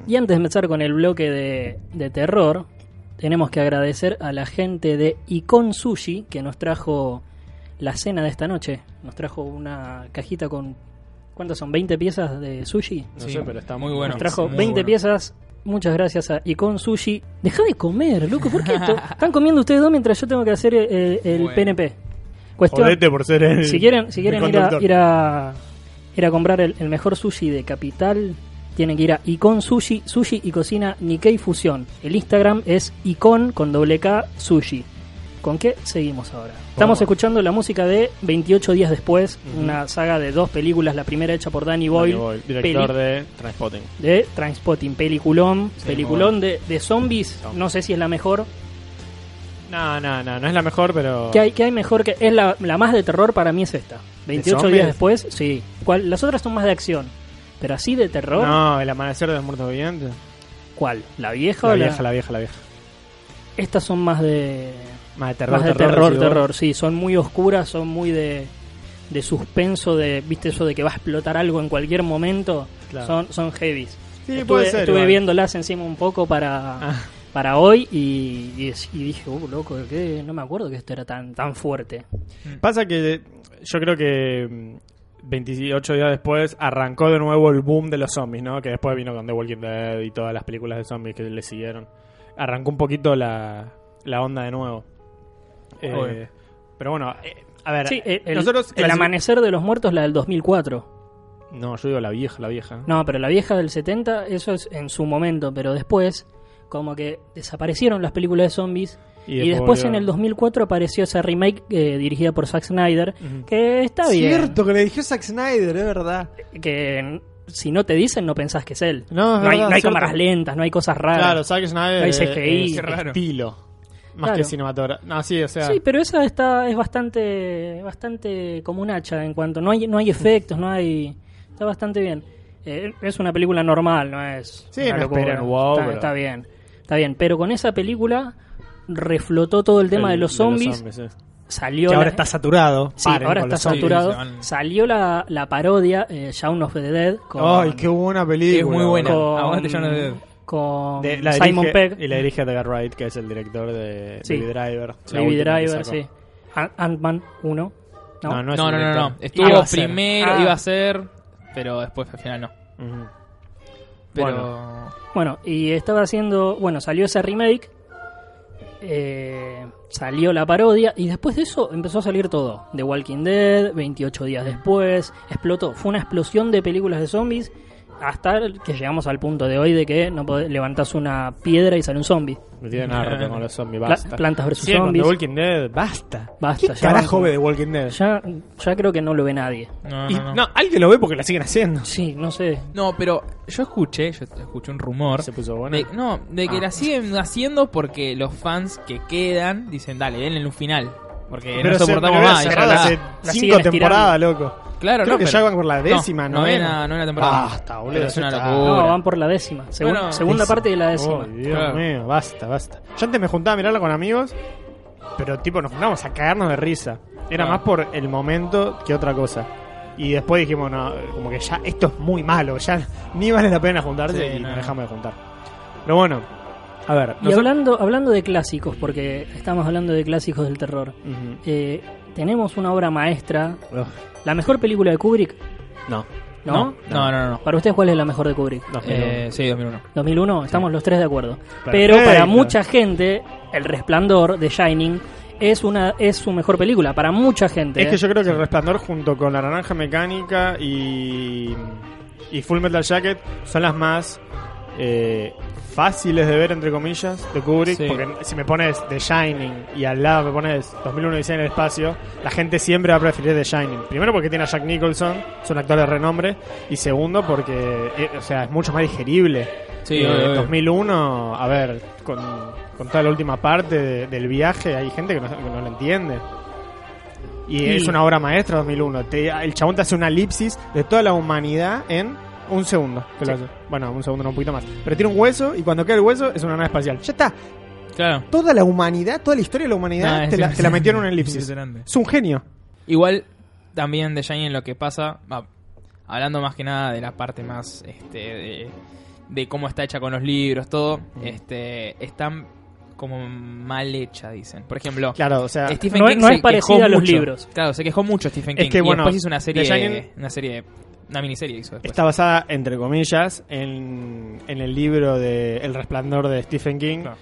Speaker 1: Y antes de empezar con el bloque de, de terror, tenemos que agradecer a la gente de Icon Sushi que nos trajo la cena de esta noche. Nos trajo una cajita con. ¿Cuántas son? ¿20 piezas de sushi?
Speaker 3: No sé, pero está
Speaker 5: muy
Speaker 3: muy
Speaker 5: bueno.
Speaker 1: Nos trajo
Speaker 5: Muy
Speaker 1: 20
Speaker 5: bueno.
Speaker 1: piezas. Muchas gracias a Icon Sushi. Deja de comer, loco. ¿Por qué esto? están comiendo ustedes dos mientras yo tengo que hacer eh, el
Speaker 5: Bueno.
Speaker 1: PNP? Cuestión.
Speaker 3: Jodete por ser el.
Speaker 1: Si quieren, si quieren
Speaker 3: el
Speaker 1: ir, a,
Speaker 3: conductor.
Speaker 1: ir, a, ir a comprar el, el mejor sushi de Capital, tienen que ir a Icon Sushi, Sushi y Cocina Nikkei Fusión. El Instagram es Icon con doble K Sushi. ¿Con qué seguimos ahora? Estamos escuchando la música de 28 días después, una saga de dos películas, la primera hecha por Danny Boyle,
Speaker 3: Danny Boyle,
Speaker 1: peli-
Speaker 3: director de Transpotting.
Speaker 1: de Transpotting, peliculón, peliculón de, de zombies,
Speaker 3: Zombies.
Speaker 1: no sé si es la mejor.
Speaker 3: No, no, no, no es la mejor, pero.
Speaker 1: ¿Qué hay, qué hay mejor que.? Es la, la más de terror para mí es esta. 28
Speaker 3: zombies?
Speaker 1: días después, sí. ¿Cuál? Las otras son más de acción. Pero así de terror,
Speaker 3: No, el amanecer de los muertos vivientes.
Speaker 1: ¿cuál? ¿La vieja
Speaker 3: La
Speaker 1: o la.?
Speaker 3: vieja, la vieja, la vieja.
Speaker 1: Estas son más de.
Speaker 3: Más de terror,
Speaker 1: más de
Speaker 3: terror,
Speaker 1: terror,
Speaker 3: decís
Speaker 1: terror,
Speaker 3: vos.
Speaker 1: sí. Son muy oscuras, son muy de. De suspenso, de. ¿Viste eso de que va a explotar algo en cualquier momento?
Speaker 3: Claro.
Speaker 1: Son, son heavies.
Speaker 3: Sí,
Speaker 1: estuve
Speaker 3: puede ser,
Speaker 1: estuve
Speaker 3: igual.
Speaker 1: viéndolas encima un poco para.
Speaker 3: Ah.
Speaker 1: Para hoy y, y- y dije, uh, loco, ¿qué? no me acuerdo que esto era tan, tan fuerte.
Speaker 3: Pasa que yo creo que mm, 28 días después arrancó de nuevo el boom de los zombies, ¿no? Que después vino con The Walking Dead y todas las películas de zombies que le siguieron. Arrancó un poquito la, la onda de nuevo. Eh,
Speaker 5: Obvio.
Speaker 3: pero bueno, eh, a ver,
Speaker 1: Sí, el, el-
Speaker 3: nosotros...
Speaker 1: el
Speaker 3: clasi-
Speaker 1: amanecer de los muertos, la del 2004.
Speaker 3: No, yo digo la vieja, la vieja.
Speaker 1: No, pero la vieja del 70, eso es en su momento, pero después, como que desaparecieron las películas de zombies Y, después en el
Speaker 3: volvió.
Speaker 1: 2004 apareció esa remake eh, dirigida por Zack Snyder,
Speaker 3: Ujú.
Speaker 1: que está bien.
Speaker 2: Cierto que le dirigió Zack Snyder, es verdad.
Speaker 1: Que si no te dicen, no pensás que es él.
Speaker 3: No, es
Speaker 1: hay,
Speaker 3: verdad,
Speaker 1: no hay
Speaker 3: cierto.
Speaker 1: cámaras lentas, no hay cosas raras.
Speaker 3: Claro, Zack Snyder
Speaker 1: No hay
Speaker 3: es-
Speaker 1: CGI.
Speaker 3: es
Speaker 1: Qué
Speaker 5: raro.
Speaker 3: estilo. Más
Speaker 1: Claro.
Speaker 3: que cinematográfico. No, sí, o sea.
Speaker 1: Sí, pero esa está, es bastante, bastante como un hacha en cuanto. No hay, no hay efectos, no hay. Está bastante bien. Eh, es una película normal, no es.
Speaker 3: Sí,
Speaker 1: una
Speaker 3: no
Speaker 1: locura.
Speaker 3: esperen, wow,
Speaker 1: está,
Speaker 3: pero-
Speaker 1: está bien. Está bien. Pero con esa película reflotó todo el tema de los zombies.
Speaker 3: eh.
Speaker 1: Salió.
Speaker 3: Que ahora
Speaker 1: la-
Speaker 3: está saturado.
Speaker 1: Sí,
Speaker 3: Paren
Speaker 1: ahora
Speaker 3: con
Speaker 1: está
Speaker 3: los zombies.
Speaker 1: saturado.
Speaker 5: Sí, se van.
Speaker 1: Salió la, la parodia eh, Shaun of the Dead con,
Speaker 3: Ay, qué buena película.
Speaker 5: Es muy buena.
Speaker 3: boludo.
Speaker 1: con-
Speaker 5: Aguante Shaun of the Dead.
Speaker 1: con
Speaker 3: De- la
Speaker 1: Simon
Speaker 3: dirige-
Speaker 1: Pegg,
Speaker 3: Y la dirige Edgar Wright, que es el director de
Speaker 1: Sí.
Speaker 3: Baby Driver. La
Speaker 1: Baby
Speaker 3: última que
Speaker 1: Driver,
Speaker 3: sacó.
Speaker 1: sí. An- Ant-Man 1. No.
Speaker 3: No, no es
Speaker 5: No,
Speaker 3: el
Speaker 5: no, no,
Speaker 3: director.
Speaker 5: no.
Speaker 3: Iba
Speaker 5: Estuvo
Speaker 3: a ser.
Speaker 5: primero,
Speaker 1: Ah.
Speaker 5: iba a ser, pero después al final no.
Speaker 3: Ujú.
Speaker 5: Pero
Speaker 1: Bueno, y estaba haciendo. Bueno, salió ese remake. eh, salió la parodia. Y después de eso empezó a salir todo. The Walking Dead, 28 días después. Explotó. Fue una explosión de películas de zombies. Hasta el- que llegamos al punto de hoy de que no podés- levantás una piedra y sale un zombie.
Speaker 3: No tiene nada con los zombies,
Speaker 1: Pla-
Speaker 3: basta.
Speaker 1: plantas versus
Speaker 3: Sí, con The
Speaker 1: zombies.
Speaker 3: Walking Dead, basta.
Speaker 1: Basta,
Speaker 3: ¿Qué
Speaker 1: ya
Speaker 3: carajo
Speaker 1: basta.
Speaker 3: ve The Walking Dead?
Speaker 1: Ya, ya creo que no lo ve nadie.
Speaker 5: no,
Speaker 3: Y-
Speaker 5: no, no.
Speaker 3: no, alguien lo ve porque la siguen haciendo.
Speaker 1: Sí, no sé.
Speaker 5: No, pero yo escuché, yo escuché un rumor.
Speaker 3: Se puso buena.
Speaker 5: de, no, de que la siguen haciendo porque los fans que quedan dicen, dale, denle un final. Porque Eh, no
Speaker 3: se-
Speaker 5: soportamos
Speaker 3: pero era
Speaker 5: más. Y ya
Speaker 3: cerrada
Speaker 5: está.
Speaker 3: hace
Speaker 1: La
Speaker 3: cinco
Speaker 1: siguen
Speaker 3: temporadas, loco.
Speaker 5: Claro,
Speaker 3: Creo
Speaker 5: no,
Speaker 3: que
Speaker 5: pero-
Speaker 3: ya van por la décima,
Speaker 5: no,
Speaker 3: novena.
Speaker 5: novena, novena temporada.
Speaker 3: Basta, boludo,
Speaker 5: Pero es una
Speaker 3: ya está.
Speaker 5: locura.
Speaker 1: No, van por la décima. Segun-
Speaker 5: Bueno,
Speaker 1: segunda
Speaker 5: décima.
Speaker 1: parte de la décima.
Speaker 3: Oh, Dios
Speaker 5: Claro.
Speaker 3: mío, basta, basta. Yo antes me juntaba a mirarla con amigos, pero tipo nos juntábamos a cagarnos de risa. Era
Speaker 5: Ah.
Speaker 3: más por el momento que otra cosa. Y después dijimos, no, como que ya esto es muy malo, ya ni vale la pena juntarse
Speaker 5: Sí,
Speaker 3: y
Speaker 5: no.
Speaker 3: nos dejamos de juntar. Pero bueno, a ver.
Speaker 1: Y
Speaker 3: nosotros-
Speaker 1: hablando, hablando de clásicos, porque estamos hablando de clásicos del terror,
Speaker 3: Ujú.
Speaker 1: eh, tenemos una obra maestra.
Speaker 3: Ugh,
Speaker 1: La mejor película de Kubrick,
Speaker 3: No,
Speaker 1: ¿no?
Speaker 5: No, no, no. no.
Speaker 1: Para ustedes, ¿cuál es la mejor de Kubrick?
Speaker 3: no, pero-
Speaker 5: Eh, sí, 2001.
Speaker 1: 2001, estamos los tres de acuerdo.
Speaker 3: Perfecto.
Speaker 1: Pero para mucha gente, El Resplandor de Shining es, una, es su mejor película. Para mucha gente.
Speaker 3: Es que
Speaker 1: ¿eh?
Speaker 3: yo creo que El Resplandor junto con La Naranja Mecánica y, y Full Metal Jacket son las más eh, fáciles de ver, entre comillas, de Kubrick.
Speaker 5: Sí.
Speaker 3: Porque si me pones The Shining y al lado me pones 2001 Odisea en el Espacio, la gente siempre va a preferir The Shining. Primero porque tiene a Jack Nicholson, es un actor de renombre. Y segundo porque eh, o sea, es mucho más digerible.
Speaker 5: Sí,
Speaker 3: Eh,
Speaker 5: obvio, obvio.
Speaker 3: 2001, a ver, con, con toda la última parte de- del viaje, hay gente que no, que no lo entiende. Y,
Speaker 1: Y-
Speaker 3: es una obra maestra 2001. Te- el chabón te hace una elipsis de toda la humanidad en un segundo. que lo
Speaker 1: Sí.
Speaker 3: hace. Bueno, un segundo, no, un poquito más. Pero tiene un hueso y cuando cae el hueso es una nave espacial. Ya está.
Speaker 5: Claro.
Speaker 3: Toda la humanidad, toda la historia de la humanidad te,
Speaker 5: Nah,
Speaker 3: la,
Speaker 5: es
Speaker 3: te la
Speaker 5: impresionante.
Speaker 3: metió en una
Speaker 5: Es
Speaker 3: elipsis.
Speaker 5: impresionante.
Speaker 3: Es un genio.
Speaker 5: Igual también de Shining lo que pasa, va, hablando más que nada de la parte más este de, de cómo está hecha con los libros, todo,
Speaker 3: Mm.
Speaker 5: este están como mal hecha, dicen. Por ejemplo,
Speaker 3: Claro, o sea,
Speaker 5: Stephen
Speaker 1: No
Speaker 5: King
Speaker 1: es- no
Speaker 5: se
Speaker 1: es parecida
Speaker 5: quejó
Speaker 1: a los
Speaker 5: mucho.
Speaker 1: libros.
Speaker 5: Claro, se quejó mucho Stephen
Speaker 3: Es
Speaker 5: King
Speaker 3: que,
Speaker 5: y
Speaker 3: bueno,
Speaker 5: después hizo una serie,
Speaker 3: The Shining-
Speaker 5: una serie, una miniserie hizo después.
Speaker 3: Está basada, entre comillas, en, en el libro de El resplandor de Stephen King.
Speaker 5: Claro.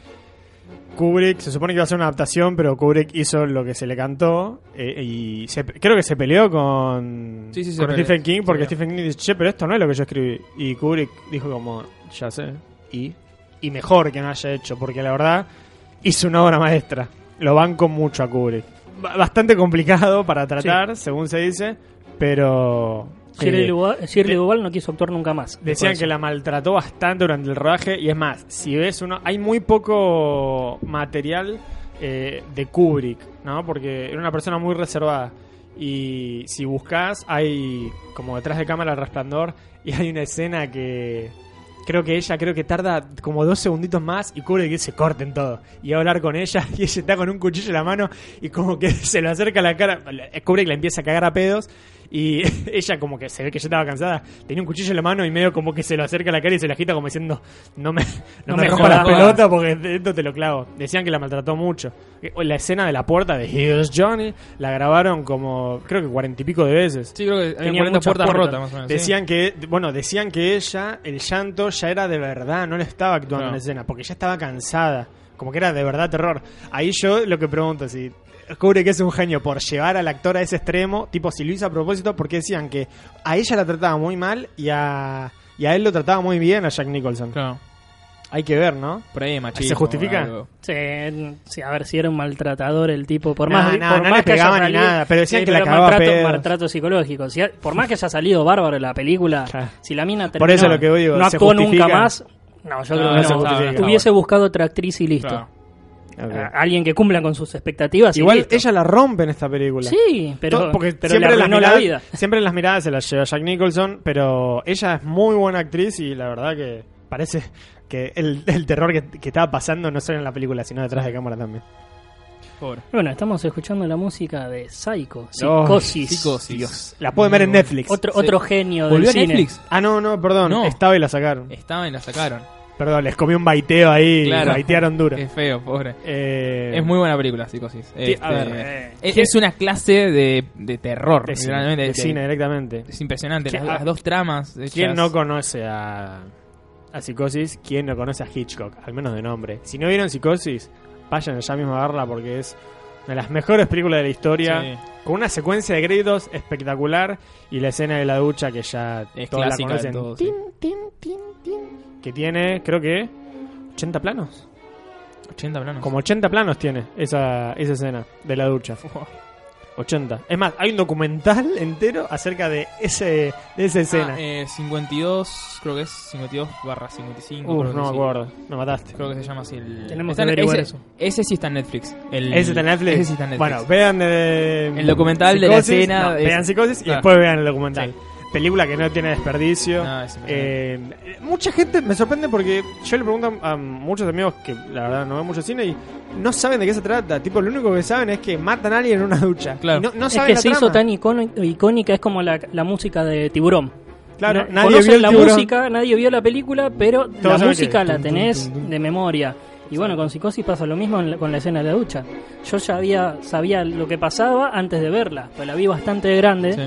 Speaker 3: Kubrick, se supone que iba a hacer una adaptación, pero Kubrick hizo lo que se le cantó eh, y se- creo que se peleó con,
Speaker 5: Sí, sí, se
Speaker 3: con
Speaker 5: peleó,
Speaker 3: Stephen King
Speaker 5: se
Speaker 3: porque
Speaker 5: peleó.
Speaker 3: Stephen King dice, che, pero esto no es lo que yo escribí. Y Kubrick dijo como, ya sé, y, y mejor que no haya hecho, porque la verdad hizo una obra maestra. Lo banco mucho a Kubrick. Ba- Bastante complicado para tratar, según se dice, pero...
Speaker 1: Shirley
Speaker 3: eh,
Speaker 1: Duval- Shirley Duval no quiso actuar nunca más.
Speaker 3: Decían
Speaker 1: Después de
Speaker 3: que la maltrató bastante durante el rodaje y es más, si ves uno, hay muy poco material eh, de Kubrick, ¿no? Porque era una persona muy reservada y si buscas hay como detrás de cámara el resplandor y hay una escena que creo que ella creo que tarda como dos segunditos más y Kubrick dice corten todo y va a hablar con ella y ella está con un cuchillo en la mano y como que se lo acerca a la cara Kubrick la empieza a cagar a pedos y ella como que se ve que ya estaba cansada tenía un cuchillo en la mano y medio como que se lo acerca a la cara y se la agita como diciendo no me, no
Speaker 1: No
Speaker 3: me
Speaker 1: me
Speaker 3: rompa las
Speaker 1: jodas.
Speaker 3: pelotas porque de esto te lo clavo decían que la maltrató mucho Eh, la escena de la puerta de Here's Johnny la grabaron como creo que cuarenta y pico de veces
Speaker 5: Sí, creo que había
Speaker 3: Tenía
Speaker 5: 40
Speaker 3: muchas
Speaker 5: puertas
Speaker 3: puertas.
Speaker 5: rotas más o menos.
Speaker 3: Decían que, bueno, decían que ella, el llanto ya era de verdad, no le estaba actuando
Speaker 5: Claro.
Speaker 3: en escena, porque ya estaba cansada, como que era de verdad terror. Ahí yo lo que pregunto, si cubre que es un genio por llevar al actor a ese extremo, tipo si lo hizo a propósito, porque decían que a ella la trataba muy mal y a, y a él lo trataba muy bien a Jack Nicholson.
Speaker 5: sí. Claro.
Speaker 3: Hay que ver, ¿no?
Speaker 5: Por ahí machismo.
Speaker 3: ¿Se justifica?
Speaker 5: o algo.
Speaker 1: Sí, sí, a ver si era un maltratador el tipo, por
Speaker 3: No,
Speaker 1: más,
Speaker 3: no,
Speaker 1: por
Speaker 3: no
Speaker 1: más
Speaker 3: le
Speaker 1: que haya
Speaker 3: pegaban ni
Speaker 1: salido-
Speaker 3: nada, pero decían que la
Speaker 1: pero
Speaker 3: cagaba a
Speaker 1: maltrato,
Speaker 3: pedos.
Speaker 1: maltrato psicológico. Si ha- por más que haya salido bárbaro la película,
Speaker 3: Claro.
Speaker 1: si la mina
Speaker 3: Por eso
Speaker 1: terminó,
Speaker 3: lo que digo,
Speaker 1: no
Speaker 3: ¿se
Speaker 1: actuó nunca
Speaker 3: justifica?
Speaker 1: más, no, yo
Speaker 5: No,
Speaker 1: creo
Speaker 5: no
Speaker 1: que
Speaker 5: se
Speaker 1: no.
Speaker 5: justifica.
Speaker 1: Hubiese buscado otra actriz y listo.
Speaker 5: Claro.
Speaker 3: Ok.
Speaker 1: A- Alguien que cumpla con sus expectativas. y
Speaker 3: Igual
Speaker 1: Ah, listo.
Speaker 3: ella la rompe en esta película.
Speaker 1: Sí, pero,
Speaker 3: To- porque
Speaker 1: pero
Speaker 3: siempre,
Speaker 1: le
Speaker 3: las
Speaker 1: arruinó
Speaker 3: miradas,
Speaker 1: la vida.
Speaker 3: siempre las miradas se las lleva Jack Nicholson, pero ella es muy buena actriz y la verdad que parece que el, el terror que, que estaba pasando no solo en la película, sino detrás de cámara también.
Speaker 5: Pobre.
Speaker 1: Bueno, estamos escuchando la música de Psycho,
Speaker 3: No,
Speaker 1: Psicosis.
Speaker 5: Psicosis.
Speaker 3: La pueden ver en Netflix.
Speaker 1: Otro,
Speaker 5: Sí.
Speaker 1: otro genio del
Speaker 5: ¿Volvió a
Speaker 1: cine.
Speaker 5: Netflix?
Speaker 3: Ah, no, no, perdón.
Speaker 5: No.
Speaker 3: Estaba y la
Speaker 1: Eh.
Speaker 3: sacaron.
Speaker 5: Estaba y la sacaron.
Speaker 3: Perdón, les comí un baiteo ahí.
Speaker 5: Claro.
Speaker 3: Baitearon duro.
Speaker 5: Qué feo, pobre.
Speaker 3: Eh,
Speaker 5: Es muy buena película, Psicosis.
Speaker 3: Sí, a
Speaker 5: Este,
Speaker 3: ver, eh,
Speaker 5: es, es una clase de, de terror,
Speaker 3: de cine,
Speaker 5: literalmente.
Speaker 3: de
Speaker 5: Este,
Speaker 3: cine directamente.
Speaker 5: Es impresionante,
Speaker 3: ¿Quién-
Speaker 5: las, las dos tramas. hechas-
Speaker 3: ¿Quién no conoce a, a Psicosis? ¿Quién no conoce a Hitchcock? Al menos de nombre. Si no vieron Psicosis, vayan ya mismo a verla porque es una de las mejores películas de la historia.
Speaker 5: Sí.
Speaker 3: Con una secuencia de gritos espectacular y la escena de la ducha que ya
Speaker 5: Es
Speaker 3: todos la
Speaker 5: clásica de
Speaker 3: conocen.
Speaker 5: todo, sí.
Speaker 3: Tin, tin, tin, tin. Que tiene, creo que, 80 planos.
Speaker 5: 80 planos.
Speaker 3: Como 80 planos tiene esa, esa escena de la ducha. 80. Es más, hay un documental entero acerca de ese de esa escena.
Speaker 5: Ah, eh, 52, creo que es 52 barra 55.
Speaker 3: Uf,
Speaker 5: creo que
Speaker 3: no me
Speaker 5: sí.
Speaker 3: acuerdo. Me mataste.
Speaker 5: Creo que se llama así el...
Speaker 1: Tenemos que
Speaker 5: Está en-
Speaker 1: averiguar
Speaker 5: ese,
Speaker 1: eso.
Speaker 5: Ese sí está en Netflix. El,
Speaker 3: ¿Ese está en Netflix?
Speaker 5: Ese sí está en Netflix.
Speaker 3: Bueno, vean eh,
Speaker 5: El documental de Ah. la
Speaker 3: Psicosis,
Speaker 5: escena
Speaker 3: no,
Speaker 5: es-
Speaker 3: vean Psicosis y
Speaker 5: Claro.
Speaker 3: después vean el documental. Película que no tiene desperdicio.
Speaker 5: No, es
Speaker 3: Eh, mucha gente me sorprende porque yo le pregunto a muchos amigos que la verdad no ven mucho cine y no saben de qué se trata. Tipo, lo único que saben es que matan a alguien en una ducha.
Speaker 5: Claro.
Speaker 3: Y no, no
Speaker 1: es
Speaker 3: saben
Speaker 1: que
Speaker 3: la
Speaker 1: se hizo
Speaker 3: trama.
Speaker 1: tan icono- icónica, es como la, la música de Tiburón.
Speaker 3: Claro,
Speaker 1: Na-
Speaker 3: nadie
Speaker 1: conocen
Speaker 3: vio el
Speaker 1: la
Speaker 3: tiburón.
Speaker 1: música, nadie vio la película, pero la
Speaker 3: saben
Speaker 1: música
Speaker 3: que-
Speaker 1: la
Speaker 3: tum, tum,
Speaker 1: tenés
Speaker 3: tum, tum.
Speaker 1: de memoria. Y bueno, con Psicosis pasa lo mismo en la- con la escena de la ducha. Yo ya había, sabía lo que pasaba antes de verla, pero la vi bastante de grande,
Speaker 5: Sí.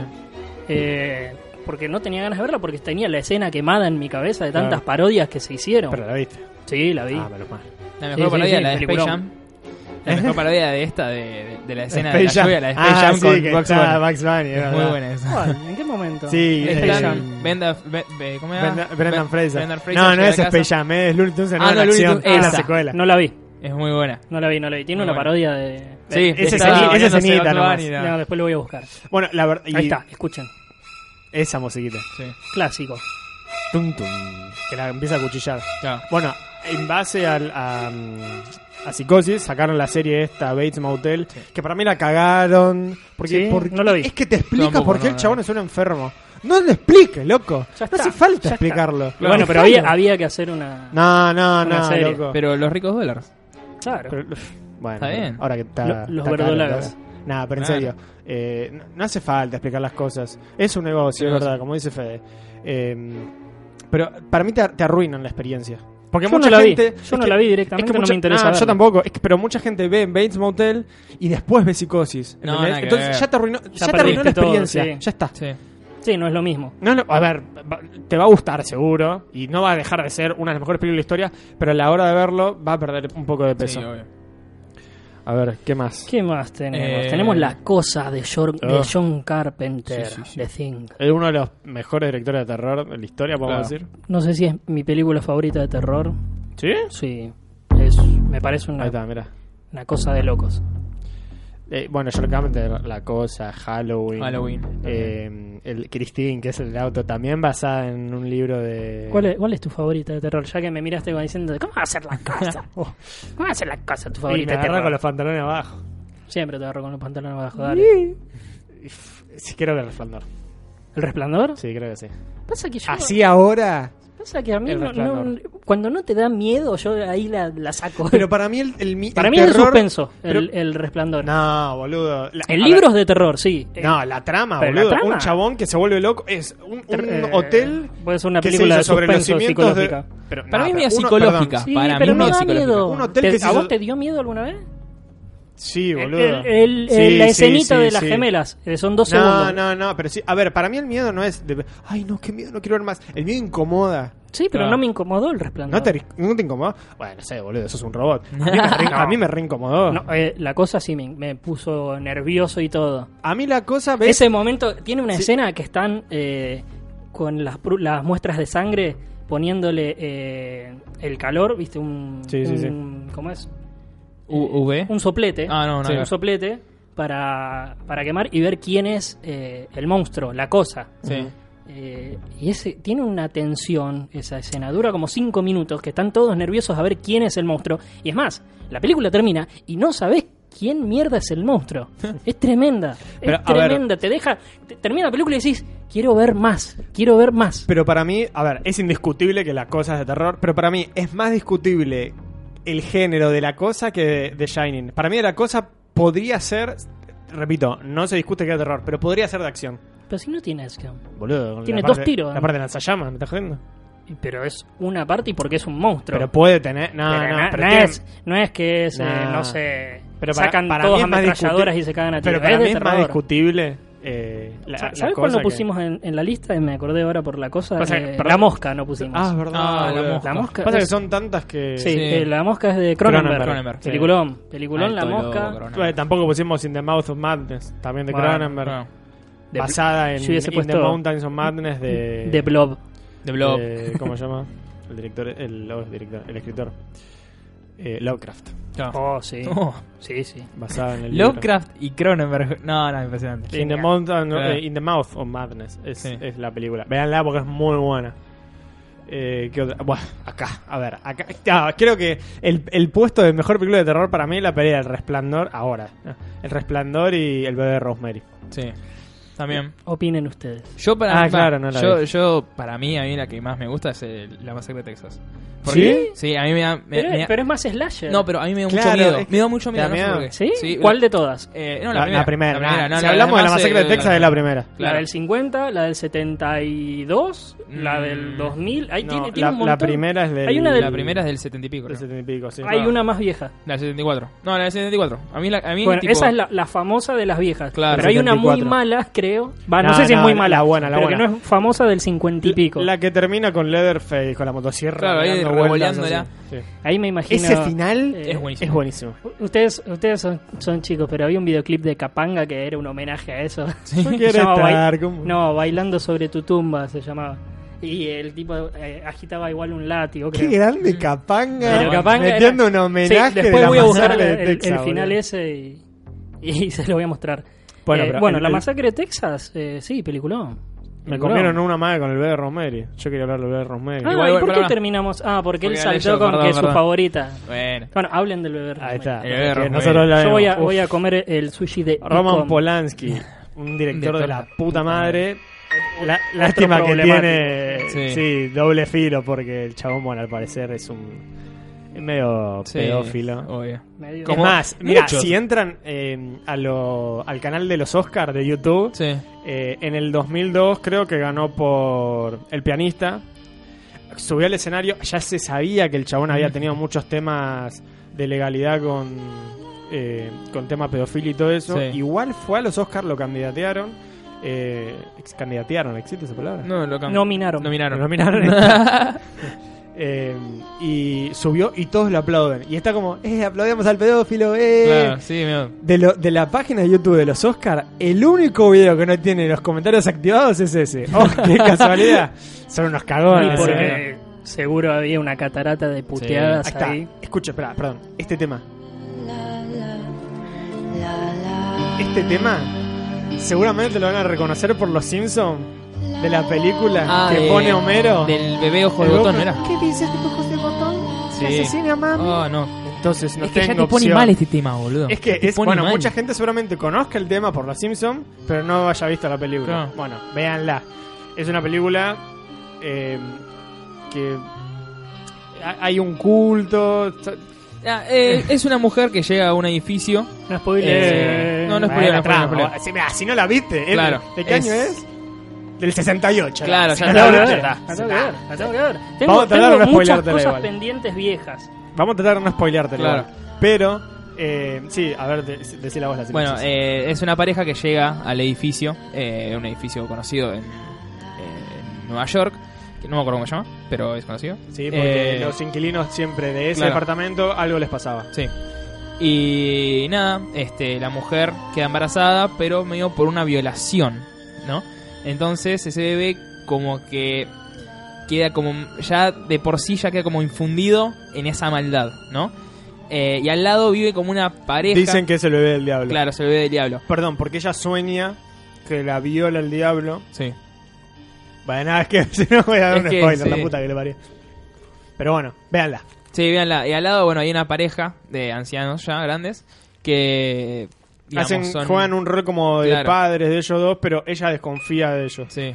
Speaker 1: eh, porque no tenía ganas de verla, porque tenía la escena quemada en mi cabeza de tantas
Speaker 3: Claro.
Speaker 1: parodias que se hicieron.
Speaker 3: Pero la viste.
Speaker 1: sí, la vi.
Speaker 3: Ah, menos mal.
Speaker 5: La
Speaker 1: Sí,
Speaker 5: mejor
Speaker 1: sí,
Speaker 5: parodia
Speaker 1: sí,
Speaker 5: la de Space
Speaker 1: peliculón.
Speaker 5: Jam. La mejor parodia de esta, de, de- de la escena
Speaker 3: Space
Speaker 5: de la
Speaker 3: Jam.
Speaker 5: lluvia, la de Space
Speaker 3: Ah,
Speaker 5: Jam
Speaker 3: sí,
Speaker 5: con
Speaker 3: que
Speaker 5: Bugs
Speaker 3: está
Speaker 5: Bunny.
Speaker 3: Bugs Bunny, es
Speaker 5: Es muy
Speaker 3: verdad.
Speaker 5: buena esa.
Speaker 1: ¿Cuál? ¿En qué momento?
Speaker 3: Sí,
Speaker 5: Están
Speaker 3: eh,
Speaker 5: Brenda- Be- Be- ¿cómo era?
Speaker 3: Brenda-
Speaker 5: Brendan
Speaker 3: Brendan Fraser.
Speaker 5: Fraser
Speaker 3: No, no
Speaker 5: llega
Speaker 3: es
Speaker 5: a casa.
Speaker 3: Space Jam, es Looney Tunes en
Speaker 5: Ah, no, Looney
Speaker 3: acción.
Speaker 5: Tunes,
Speaker 3: Es la
Speaker 5: esa.
Speaker 3: secuela.
Speaker 1: No la vi,
Speaker 5: Es muy buena.
Speaker 1: no la vi, no la vi. Tiene
Speaker 5: Muy
Speaker 1: una
Speaker 5: buena.
Speaker 1: parodia de...
Speaker 5: Sí,
Speaker 1: de-
Speaker 3: esa esceni-
Speaker 5: está
Speaker 3: esa
Speaker 5: bailando
Speaker 3: escenita
Speaker 5: Bugs
Speaker 3: nomás.
Speaker 5: Bunny,
Speaker 1: No,
Speaker 5: nada.
Speaker 1: después lo voy a buscar.
Speaker 3: Bueno, la verdad.
Speaker 1: Ahí está, escuchen.
Speaker 3: Esa musiquita.
Speaker 5: Sí,
Speaker 1: Clásico.
Speaker 3: Tum, tum, que la empieza a cuchillar.
Speaker 5: claro.
Speaker 3: Bueno, en base al, a, mm, a Psicosis sacaron la serie esta, Bates Motel, que para mí la cagaron. Porque,
Speaker 1: Sí,
Speaker 3: porque-
Speaker 1: no la vi.
Speaker 3: es que te explica
Speaker 5: Tampoco,
Speaker 3: por qué
Speaker 5: no,
Speaker 3: el
Speaker 5: no.
Speaker 3: chabón es un enfermo. No lo explique, loco.
Speaker 1: Ya
Speaker 3: no
Speaker 1: está,
Speaker 3: hace falta
Speaker 1: ya está.
Speaker 3: explicarlo.
Speaker 1: Bueno, pero
Speaker 3: Dejalo.
Speaker 1: había, había que hacer una...
Speaker 3: No, no,
Speaker 1: Una
Speaker 3: no,
Speaker 1: serie.
Speaker 3: loco.
Speaker 5: Pero los ricos dólares.
Speaker 1: Claro.
Speaker 3: Pero- bueno,
Speaker 5: Está bien.
Speaker 3: ahora que está.
Speaker 1: Lo- los
Speaker 3: está caro,
Speaker 1: verdolagas.
Speaker 3: está caro. Nada, pero en
Speaker 5: Claro.
Speaker 3: serio, eh, no, no hace falta explicar las cosas. Es un negocio, es
Speaker 5: Negocio.
Speaker 3: verdad, como dice Fede. Eh, pero para mí te, te arruinan la experiencia. Porque
Speaker 1: Yo no
Speaker 3: mucha
Speaker 1: la vi.
Speaker 3: gente.
Speaker 1: Yo no la vi directamente, no me interesa
Speaker 3: Ah, yo
Speaker 1: verla.
Speaker 3: tampoco. Es que, pero mucha gente ve en Bates Motel y después ve psicosis.
Speaker 5: No,
Speaker 3: ¿entendés?
Speaker 5: nada que
Speaker 3: Entonces
Speaker 5: ver.
Speaker 3: ya te arruinó, ya te arruinó
Speaker 1: perdiste
Speaker 3: la
Speaker 1: todo,
Speaker 3: experiencia.
Speaker 1: sí.
Speaker 3: Ya está.
Speaker 5: Sí.
Speaker 1: Sí, no es lo mismo.
Speaker 3: No, no, a ver, va- te va a gustar seguro y no va a dejar de ser una de las mejores películas de la historia, pero a la hora de verlo va a perder un poco de
Speaker 5: Sí,
Speaker 3: peso.
Speaker 5: obvio.
Speaker 3: A ver, ¿qué más?
Speaker 1: ¿Qué más tenemos?
Speaker 5: Eh,
Speaker 1: Tenemos las cosas de, Jor- de
Speaker 3: Oh.
Speaker 1: John Carpenter,
Speaker 5: Sí, sí, sí.
Speaker 1: The Thing.
Speaker 3: Es uno de los mejores directores de terror de la historia, podemos
Speaker 5: Claro.
Speaker 3: decir.
Speaker 1: No sé si es mi película favorita de terror.
Speaker 3: ¿Sí?
Speaker 1: Sí, es, me parece
Speaker 3: Ahí está,
Speaker 1: una,
Speaker 3: mira.
Speaker 1: una cosa de locos.
Speaker 3: Eh, bueno, yo la cosa, Halloween.
Speaker 5: Halloween.
Speaker 3: eh, el Christine, que es el auto, también basada en un libro de.
Speaker 1: ¿Cuál es, cuál es tu favorita de terror? Ya que me miraste como diciendo, ¿cómo va a ser la cosa? ¿Cómo va a ser la cosa tu
Speaker 3: Y me
Speaker 1: favorita de
Speaker 3: agarra
Speaker 1: terror?
Speaker 3: con los pantalones abajo.
Speaker 1: Siempre te agarro con los pantalones abajo, dale.
Speaker 3: Sí, creo que el resplandor.
Speaker 1: ¿El resplandor?
Speaker 3: Sí, creo que sí.
Speaker 1: Pasa que yo...
Speaker 3: Así ahora.
Speaker 1: Pasa que a mí
Speaker 3: El
Speaker 1: no- no-
Speaker 3: Resplandor.
Speaker 1: cuando no te da miedo, yo ahí la, la saco.
Speaker 3: Pero para mí el. el mi-
Speaker 1: Para
Speaker 3: el
Speaker 1: mí es el
Speaker 3: terror-
Speaker 1: suspenso,
Speaker 3: pero-
Speaker 1: el, el resplandor.
Speaker 3: No, boludo. La-
Speaker 1: el
Speaker 3: a
Speaker 1: libro
Speaker 3: ver,
Speaker 1: es de terror, sí. Eh,
Speaker 3: No, la trama,
Speaker 1: Pero la
Speaker 3: boludo.
Speaker 1: trama.
Speaker 3: Un chabón que se vuelve loco. Es un, un
Speaker 1: Eh,
Speaker 3: hotel.
Speaker 1: puede ser una
Speaker 3: que se
Speaker 1: película
Speaker 3: hizo
Speaker 1: de
Speaker 3: sobre los
Speaker 1: suspenso
Speaker 3: cimientos de-
Speaker 1: psicológica.
Speaker 3: Pero,
Speaker 5: Para
Speaker 3: no,
Speaker 5: mí
Speaker 3: pero
Speaker 5: es media
Speaker 3: uno-
Speaker 5: psicológica.
Speaker 1: Sí,
Speaker 5: para
Speaker 1: pero
Speaker 5: mí
Speaker 1: no
Speaker 5: media
Speaker 1: da
Speaker 5: psicológica.
Speaker 1: miedo.
Speaker 3: Un hotel
Speaker 1: ¿Te-
Speaker 3: que se
Speaker 1: ¿A
Speaker 3: hizo-
Speaker 1: vos te dio miedo alguna vez?
Speaker 3: Sí,
Speaker 1: El-
Speaker 3: boludo.
Speaker 1: Eh, el- el- el-
Speaker 3: Sí,
Speaker 1: la
Speaker 3: sí,
Speaker 1: escenita
Speaker 3: sí,
Speaker 1: de las
Speaker 3: sí.
Speaker 1: gemelas, eh, son dos
Speaker 3: No,
Speaker 1: segundos.
Speaker 3: no, no, pero sí. A ver, para mí el miedo no es de. Ay, no, qué miedo, no quiero ver más. El miedo incomoda.
Speaker 1: Sí, pero
Speaker 5: Claro.
Speaker 1: no me incomodó el resplandor.
Speaker 3: ¿No te, no te incomoda? Bueno, no sé, boludo, sos un robot. A mí me, re, a mí me reincomodó.
Speaker 1: No, eh, la cosa sí me, me puso nervioso y todo.
Speaker 3: A mí la cosa, ¿ves?
Speaker 1: Ese momento tiene una
Speaker 3: Sí.
Speaker 1: escena que están eh, con las, pru- las muestras de sangre poniéndole eh, el calor, ¿viste? Un,
Speaker 3: Sí, sí, sí.
Speaker 1: un- ¿Cómo es?
Speaker 5: U- ¿V?
Speaker 1: Un soplete.
Speaker 5: Ah, no, no,
Speaker 1: Sí,
Speaker 5: no.
Speaker 1: Un soplete para, para quemar y ver quién es eh, el monstruo, la cosa.
Speaker 5: Sí.
Speaker 1: Eh, y ese tiene una tensión esa escena, dura como cinco minutos, que están todos nerviosos a ver quién es el monstruo. Y es más, la película termina y no sabes quién mierda es el monstruo. Es tremenda,
Speaker 3: Pero,
Speaker 1: es
Speaker 3: a ver.
Speaker 1: tremenda, te deja, te- termina la película y decís, quiero ver más, quiero ver más.
Speaker 3: Pero para mí, a ver, es indiscutible que la cosa es de terror, pero para mí es más discutible el género de la cosa que de, de Shining. Para mí la cosa podría ser, repito, no se discute que es de terror, pero podría ser de acción.
Speaker 1: Pero si no tiene acción.
Speaker 3: Boludo,
Speaker 1: Tiene
Speaker 3: la
Speaker 1: dos
Speaker 3: parte-
Speaker 1: tiros. ¿eh?
Speaker 3: La parte de lanzallamas, ¿me estás jodiendo?
Speaker 1: Pero es una parte y porque es un monstruo.
Speaker 3: Pero puede tener. No,
Speaker 1: Pero
Speaker 3: no,
Speaker 1: na-
Speaker 3: pero
Speaker 1: Ah, no,
Speaker 3: tiene-
Speaker 1: es, no es que es, eh,
Speaker 3: No.
Speaker 1: no sé,
Speaker 3: pero para-
Speaker 1: sacan
Speaker 3: para mí
Speaker 1: todos
Speaker 3: es más
Speaker 1: ametralladoras
Speaker 3: discuti-
Speaker 1: y se cagan a tiros.
Speaker 3: Pero para
Speaker 1: es
Speaker 3: mí
Speaker 1: de
Speaker 3: es más
Speaker 1: terror.
Speaker 3: discutible. Eh, la,
Speaker 1: Sa-
Speaker 3: la
Speaker 1: ¿Sabes cuál
Speaker 3: cosa
Speaker 1: no
Speaker 3: que-
Speaker 1: pusimos en, en la lista? Eh, Me acordé ahora por la cosa.
Speaker 3: Pasa
Speaker 1: eh,
Speaker 3: que- perdón.
Speaker 1: la mosca no pusimos.
Speaker 3: Ah, es verdad.
Speaker 5: Ah, la
Speaker 3: boludo.
Speaker 5: mosca.
Speaker 1: La mosca
Speaker 3: Pasa
Speaker 1: es-
Speaker 3: que son tantas que.
Speaker 1: sí,
Speaker 5: sí.
Speaker 1: eh, la mosca es de Cronenberg.
Speaker 3: Cronenberg.
Speaker 5: Cronenberg, sí.
Speaker 1: Peliculón. Peliculón,
Speaker 5: Alto
Speaker 1: La
Speaker 5: loco,
Speaker 1: Mosca.
Speaker 5: Cronenberg.
Speaker 3: Bueno, tampoco pusimos In the Mouth of Madness, también de
Speaker 1: Bueno,
Speaker 3: Cronenberg.
Speaker 5: No,
Speaker 1: de-
Speaker 3: basada en
Speaker 1: si hubiese
Speaker 3: In
Speaker 1: puesto-
Speaker 3: the Mountains of Madness de.
Speaker 1: de Blob.
Speaker 5: de Blob.
Speaker 1: Eh,
Speaker 3: de- ¿Cómo se llama? El director, el, no, el director, el escritor. Eh, Lovecraft.
Speaker 5: Claro.
Speaker 1: Oh, sí.
Speaker 5: Oh.
Speaker 1: Sí, sí.
Speaker 3: Basada en el. libro.
Speaker 5: Lovecraft y Cronenberg. No, no, impresionante.
Speaker 3: In the, mountain,
Speaker 5: Claro.
Speaker 3: eh, in the Mouth of Madness es,
Speaker 5: Sí.
Speaker 3: es la película. Veanla porque es muy buena. Eh, ¿qué otra? Buah, acá, a ver. Acá, ah, creo que el, el puesto de mejor película de terror para mí la pelea El Resplandor ahora. ¿no? El Resplandor y El bebé de Rosemary.
Speaker 5: Sí. También.
Speaker 1: Opinen ustedes.
Speaker 5: Yo para
Speaker 3: Ah,
Speaker 5: mí,
Speaker 3: claro, no la
Speaker 5: yo,
Speaker 3: vi.
Speaker 5: yo para mí a mí la que más me gusta es eh, la masacre de Texas.
Speaker 3: ¿Sí?
Speaker 5: Porque- Sí, a mí me da, me-
Speaker 1: pero,
Speaker 5: me da-
Speaker 1: pero es más slasher.
Speaker 5: no, pero a mí me dio mucho
Speaker 3: Claro,
Speaker 5: miedo.
Speaker 3: es que-
Speaker 5: Me dio mucho
Speaker 3: ¿Te da
Speaker 5: miedo, no sé por
Speaker 3: miedo?
Speaker 5: qué.
Speaker 1: ¿Sí? ¿Cuál
Speaker 5: pero-
Speaker 1: de todas?
Speaker 5: eh, no,
Speaker 3: La, la
Speaker 5: la, primera,
Speaker 3: primera.
Speaker 5: la primera,
Speaker 3: Ah,
Speaker 5: no,
Speaker 3: si hablamos de la
Speaker 5: demás,
Speaker 3: masacre
Speaker 5: eh,
Speaker 3: de Texas, es la primera.
Speaker 5: claro.
Speaker 1: La del 50, la del 72, la del
Speaker 5: Mm.
Speaker 1: 2000. Ahí
Speaker 3: No,
Speaker 1: tiene,
Speaker 3: la,
Speaker 1: tiene un
Speaker 3: la
Speaker 1: montón.
Speaker 3: primera es del,
Speaker 1: Hay una del-
Speaker 5: La primera es del 70 y pico.
Speaker 3: del
Speaker 5: creo.
Speaker 3: 70 y pico, sí.
Speaker 1: Hay
Speaker 5: Ah.
Speaker 1: una más vieja.
Speaker 5: La del 74. No, la del 74. A mí, la, a mí
Speaker 1: Bueno,
Speaker 5: tipo-
Speaker 1: esa es la, la famosa de las viejas.
Speaker 5: Claro.
Speaker 1: pero hay una muy
Speaker 3: 74.
Speaker 1: mala, creo. Va, no,
Speaker 3: No,
Speaker 1: sé si
Speaker 3: no,
Speaker 1: es muy
Speaker 3: la
Speaker 1: mala.
Speaker 3: buena, la
Speaker 1: pero
Speaker 3: buena.
Speaker 1: que no es famosa del 50 y pico.
Speaker 3: La que termina con Leatherface, con la motosierra.
Speaker 5: Claro, ahí
Speaker 3: dando vueltas,
Speaker 5: revoleándola.
Speaker 3: así. Sí.
Speaker 1: Ahí me imagino.
Speaker 3: Ese final
Speaker 1: eh,
Speaker 5: es buenísimo.
Speaker 3: es buenísimo.
Speaker 1: Ustedes, ustedes son, son chicos, pero había un videoclip de Capanga que era un homenaje a eso.
Speaker 3: No
Speaker 1: Se
Speaker 3: quiere
Speaker 1: llamaba Bail-
Speaker 3: estar como-
Speaker 1: No, Bailando sobre tu tumba se llamaba. Y el tipo eh, agitaba igual un látigo, creo.
Speaker 2: Qué grande Capanga.
Speaker 1: Pero Capanga era-
Speaker 2: metiendo un homenaje
Speaker 1: Sí, después
Speaker 2: de la
Speaker 1: voy a buscar el,
Speaker 2: masacre de
Speaker 1: el- el
Speaker 2: Texas,
Speaker 1: final
Speaker 2: boludo.
Speaker 1: ese y, y se lo voy a mostrar.
Speaker 3: Bueno,
Speaker 1: Eh,
Speaker 3: pero el-
Speaker 1: la
Speaker 3: el-
Speaker 1: masacre de Texas, eh, sí, peliculón.
Speaker 3: Me
Speaker 1: Peliculón.
Speaker 3: comieron una madre con el bebé de Rosemary. Yo quería hablar del bebé de Rosemary.
Speaker 1: Ah,
Speaker 5: Igual,
Speaker 1: ¿y
Speaker 5: igual,
Speaker 1: por qué
Speaker 5: pará.
Speaker 1: terminamos? Ah, porque él
Speaker 5: Porque
Speaker 1: saltó
Speaker 5: Alejo,
Speaker 1: con
Speaker 5: perdón,
Speaker 1: que es su
Speaker 5: perdón.
Speaker 1: favorita.
Speaker 5: Bueno.
Speaker 1: Bueno, hablen del bebé.
Speaker 3: Ahí está.
Speaker 5: El bebé de
Speaker 3: Que
Speaker 5: Rosemary.
Speaker 3: nosotros la
Speaker 1: Yo voy a,
Speaker 3: vemos.
Speaker 1: voy
Speaker 3: Uf.
Speaker 1: a comer el sushi de
Speaker 3: Roman
Speaker 1: Icon.
Speaker 3: Polanski, un director
Speaker 5: Director
Speaker 3: de la puta madre. La- lástima que
Speaker 1: problemático.
Speaker 3: tiene
Speaker 5: Sí.
Speaker 3: sí, doble filo porque el chabón, bueno, al parecer es un es medio
Speaker 5: Sí,
Speaker 3: pedófilo.
Speaker 5: obvio.
Speaker 1: Medio-
Speaker 3: Es
Speaker 5: Como
Speaker 3: más, mira,
Speaker 5: muchos.
Speaker 3: si entran eh, a lo- al canal de los Oscars de YouTube,
Speaker 5: Sí.
Speaker 3: Eh, en el 2002 creo que ganó por El Pianista. Subió al escenario, ya se sabía que el chabón había
Speaker 5: Mm.
Speaker 3: tenido muchos temas de legalidad con, eh, con tema pedofilia y todo eso.
Speaker 5: Sí.
Speaker 3: Igual fue a los Oscars, lo candidatearon. Eh, ex- ¿Candidatearon? ¿Existe esa palabra?
Speaker 5: No, lo cam-
Speaker 1: Nominaron.
Speaker 5: Nominaron.
Speaker 3: Lo nominaron. Eh, y subió y todos lo aplauden. Y está como, eh, aplaudimos al pedófilo, eh.
Speaker 5: Claro, sí, mira.
Speaker 3: De, lo- de la página de YouTube de los Oscar, el único video que no tiene los comentarios activados es ese. ¡Oh, qué casualidad! Son unos
Speaker 1: Y
Speaker 3: cagones. eh.
Speaker 1: porque seguro había una catarata de puteadas
Speaker 3: Ahí está.
Speaker 1: ahí.
Speaker 3: Escucha, espera, perdón. Este tema. Este tema seguramente lo van a reconocer por los Simpsons de la película
Speaker 5: Ah,
Speaker 3: que
Speaker 5: de-
Speaker 3: pone Homero.
Speaker 5: Del bebé ojo de
Speaker 3: El
Speaker 5: botón,
Speaker 3: ojo-
Speaker 5: ¿no era?
Speaker 2: ¿Qué dices, tipo José Botón?
Speaker 5: Sí.
Speaker 2: Asesina, mami.
Speaker 5: Oh, no.
Speaker 3: Entonces no
Speaker 5: es que ya
Speaker 3: tengo
Speaker 5: te pone
Speaker 3: opción.
Speaker 5: mal este tema, boludo.
Speaker 3: Es que
Speaker 5: Te
Speaker 3: es,
Speaker 5: pone
Speaker 3: bueno,
Speaker 5: mal.
Speaker 3: mucha gente seguramente conozca el tema por Los Simpson, pero no haya visto la película.
Speaker 5: Claro.
Speaker 3: Bueno, véanla. Es una película eh, que ha- hay un culto. está-
Speaker 5: Ah, eh, es una mujer que llega a un edificio.
Speaker 1: No spoiler.
Speaker 5: Eh, no, no
Speaker 3: Bueno,
Speaker 5: spoiler, no
Speaker 3: trama,
Speaker 5: spoiler.
Speaker 3: bueno, sí, mirá, si no la viste, ¿eh?
Speaker 5: Claro,
Speaker 3: ¿de qué
Speaker 5: es-
Speaker 3: año es? Del 68.
Speaker 5: Claro,
Speaker 3: Si
Speaker 5: ya
Speaker 3: no la
Speaker 5: está, ya
Speaker 3: viste.
Speaker 5: está.
Speaker 1: La tengo que ver, la tengo que ver. Tengo-
Speaker 3: Vamos a tratar
Speaker 1: tengo
Speaker 3: de no
Speaker 1: muchas
Speaker 3: spoileártela
Speaker 1: cosas
Speaker 3: igual.
Speaker 1: pendientes viejas.
Speaker 3: Vamos a tratar de no spoilearte,
Speaker 5: Claro.
Speaker 3: Pero, eh, sí, a ver, de- decí la voz la
Speaker 5: Bueno,
Speaker 3: sinopsis.
Speaker 5: eh, es una pareja que llega al edificio, eh, un edificio conocido en, eh, en Nueva York, que no me acuerdo cómo se llama, pero es conocido.
Speaker 3: Sí, porque
Speaker 5: eh,
Speaker 3: los inquilinos siempre de ese
Speaker 5: claro.
Speaker 3: departamento algo les pasaba.
Speaker 5: Sí. Y nada, este, la mujer queda embarazada, pero medio por una violación, ¿no? Entonces ese bebé como que queda como ya de por sí ya queda como infundido en esa maldad, ¿no? Eh, y al lado vive como una pareja.
Speaker 3: Dicen que es el bebé del diablo.
Speaker 5: claro, se lo ve del diablo.
Speaker 3: Perdón, porque ella sueña que la viola el diablo.
Speaker 5: Sí.
Speaker 3: Vale, nada, es que si no voy a dar
Speaker 5: Es
Speaker 3: un
Speaker 5: que,
Speaker 3: spoiler,
Speaker 5: sí.
Speaker 3: la puta que le parió. Pero bueno, véanla.
Speaker 5: Sí, véanla. Y al lado, bueno, hay una pareja de ancianos ya grandes que digamos,
Speaker 3: Hacen,
Speaker 5: son-
Speaker 3: Juegan un rol como de
Speaker 5: Claro.
Speaker 3: padres de ellos dos, pero ella desconfía de ellos.
Speaker 5: Sí,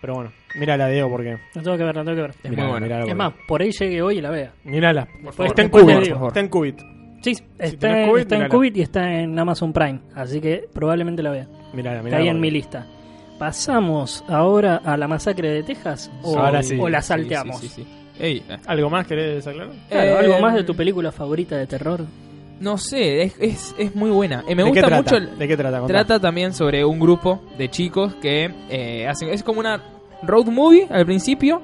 Speaker 3: Pero bueno, mírala, Diego, porque.
Speaker 1: No tengo que ver, no tengo que ver.
Speaker 5: es
Speaker 3: Mirá,
Speaker 5: muy bueno.
Speaker 3: mirá. Claro,
Speaker 1: Es
Speaker 3: Ah, bueno.
Speaker 1: más, por ahí llegué hoy y la vea.
Speaker 3: Mírala.
Speaker 1: favor.
Speaker 3: está en
Speaker 1: Después te
Speaker 3: Qubit.
Speaker 1: digo.
Speaker 3: Está en Qubit.
Speaker 1: Sí, está,
Speaker 3: tenés
Speaker 1: en-
Speaker 3: Qubit,
Speaker 1: está en
Speaker 3: mírala.
Speaker 1: Qubit y está en Amazon Prime, así que probablemente la vea.
Speaker 3: Mírala,
Speaker 1: Está
Speaker 3: mírala.
Speaker 1: ahí en
Speaker 3: porque-
Speaker 1: mi lista. ¿Pasamos ahora a la masacre de Texas o,
Speaker 3: Ahora sí.
Speaker 1: o la
Speaker 5: Sí,
Speaker 1: salteamos?
Speaker 5: sí, sí, sí. Ey, eh.
Speaker 3: ¿Algo más querés aclarar?
Speaker 1: Claro,
Speaker 5: Eh,
Speaker 1: ¿Algo más de tu película favorita de terror?
Speaker 5: No sé, es, es, es muy buena. Eh, me
Speaker 3: ¿De qué
Speaker 5: gusta
Speaker 3: trata?
Speaker 5: mucho. el-
Speaker 3: ¿De qué trata? Contá.
Speaker 5: Trata también sobre un grupo de chicos que eh, hacen. Es como una road movie al principio.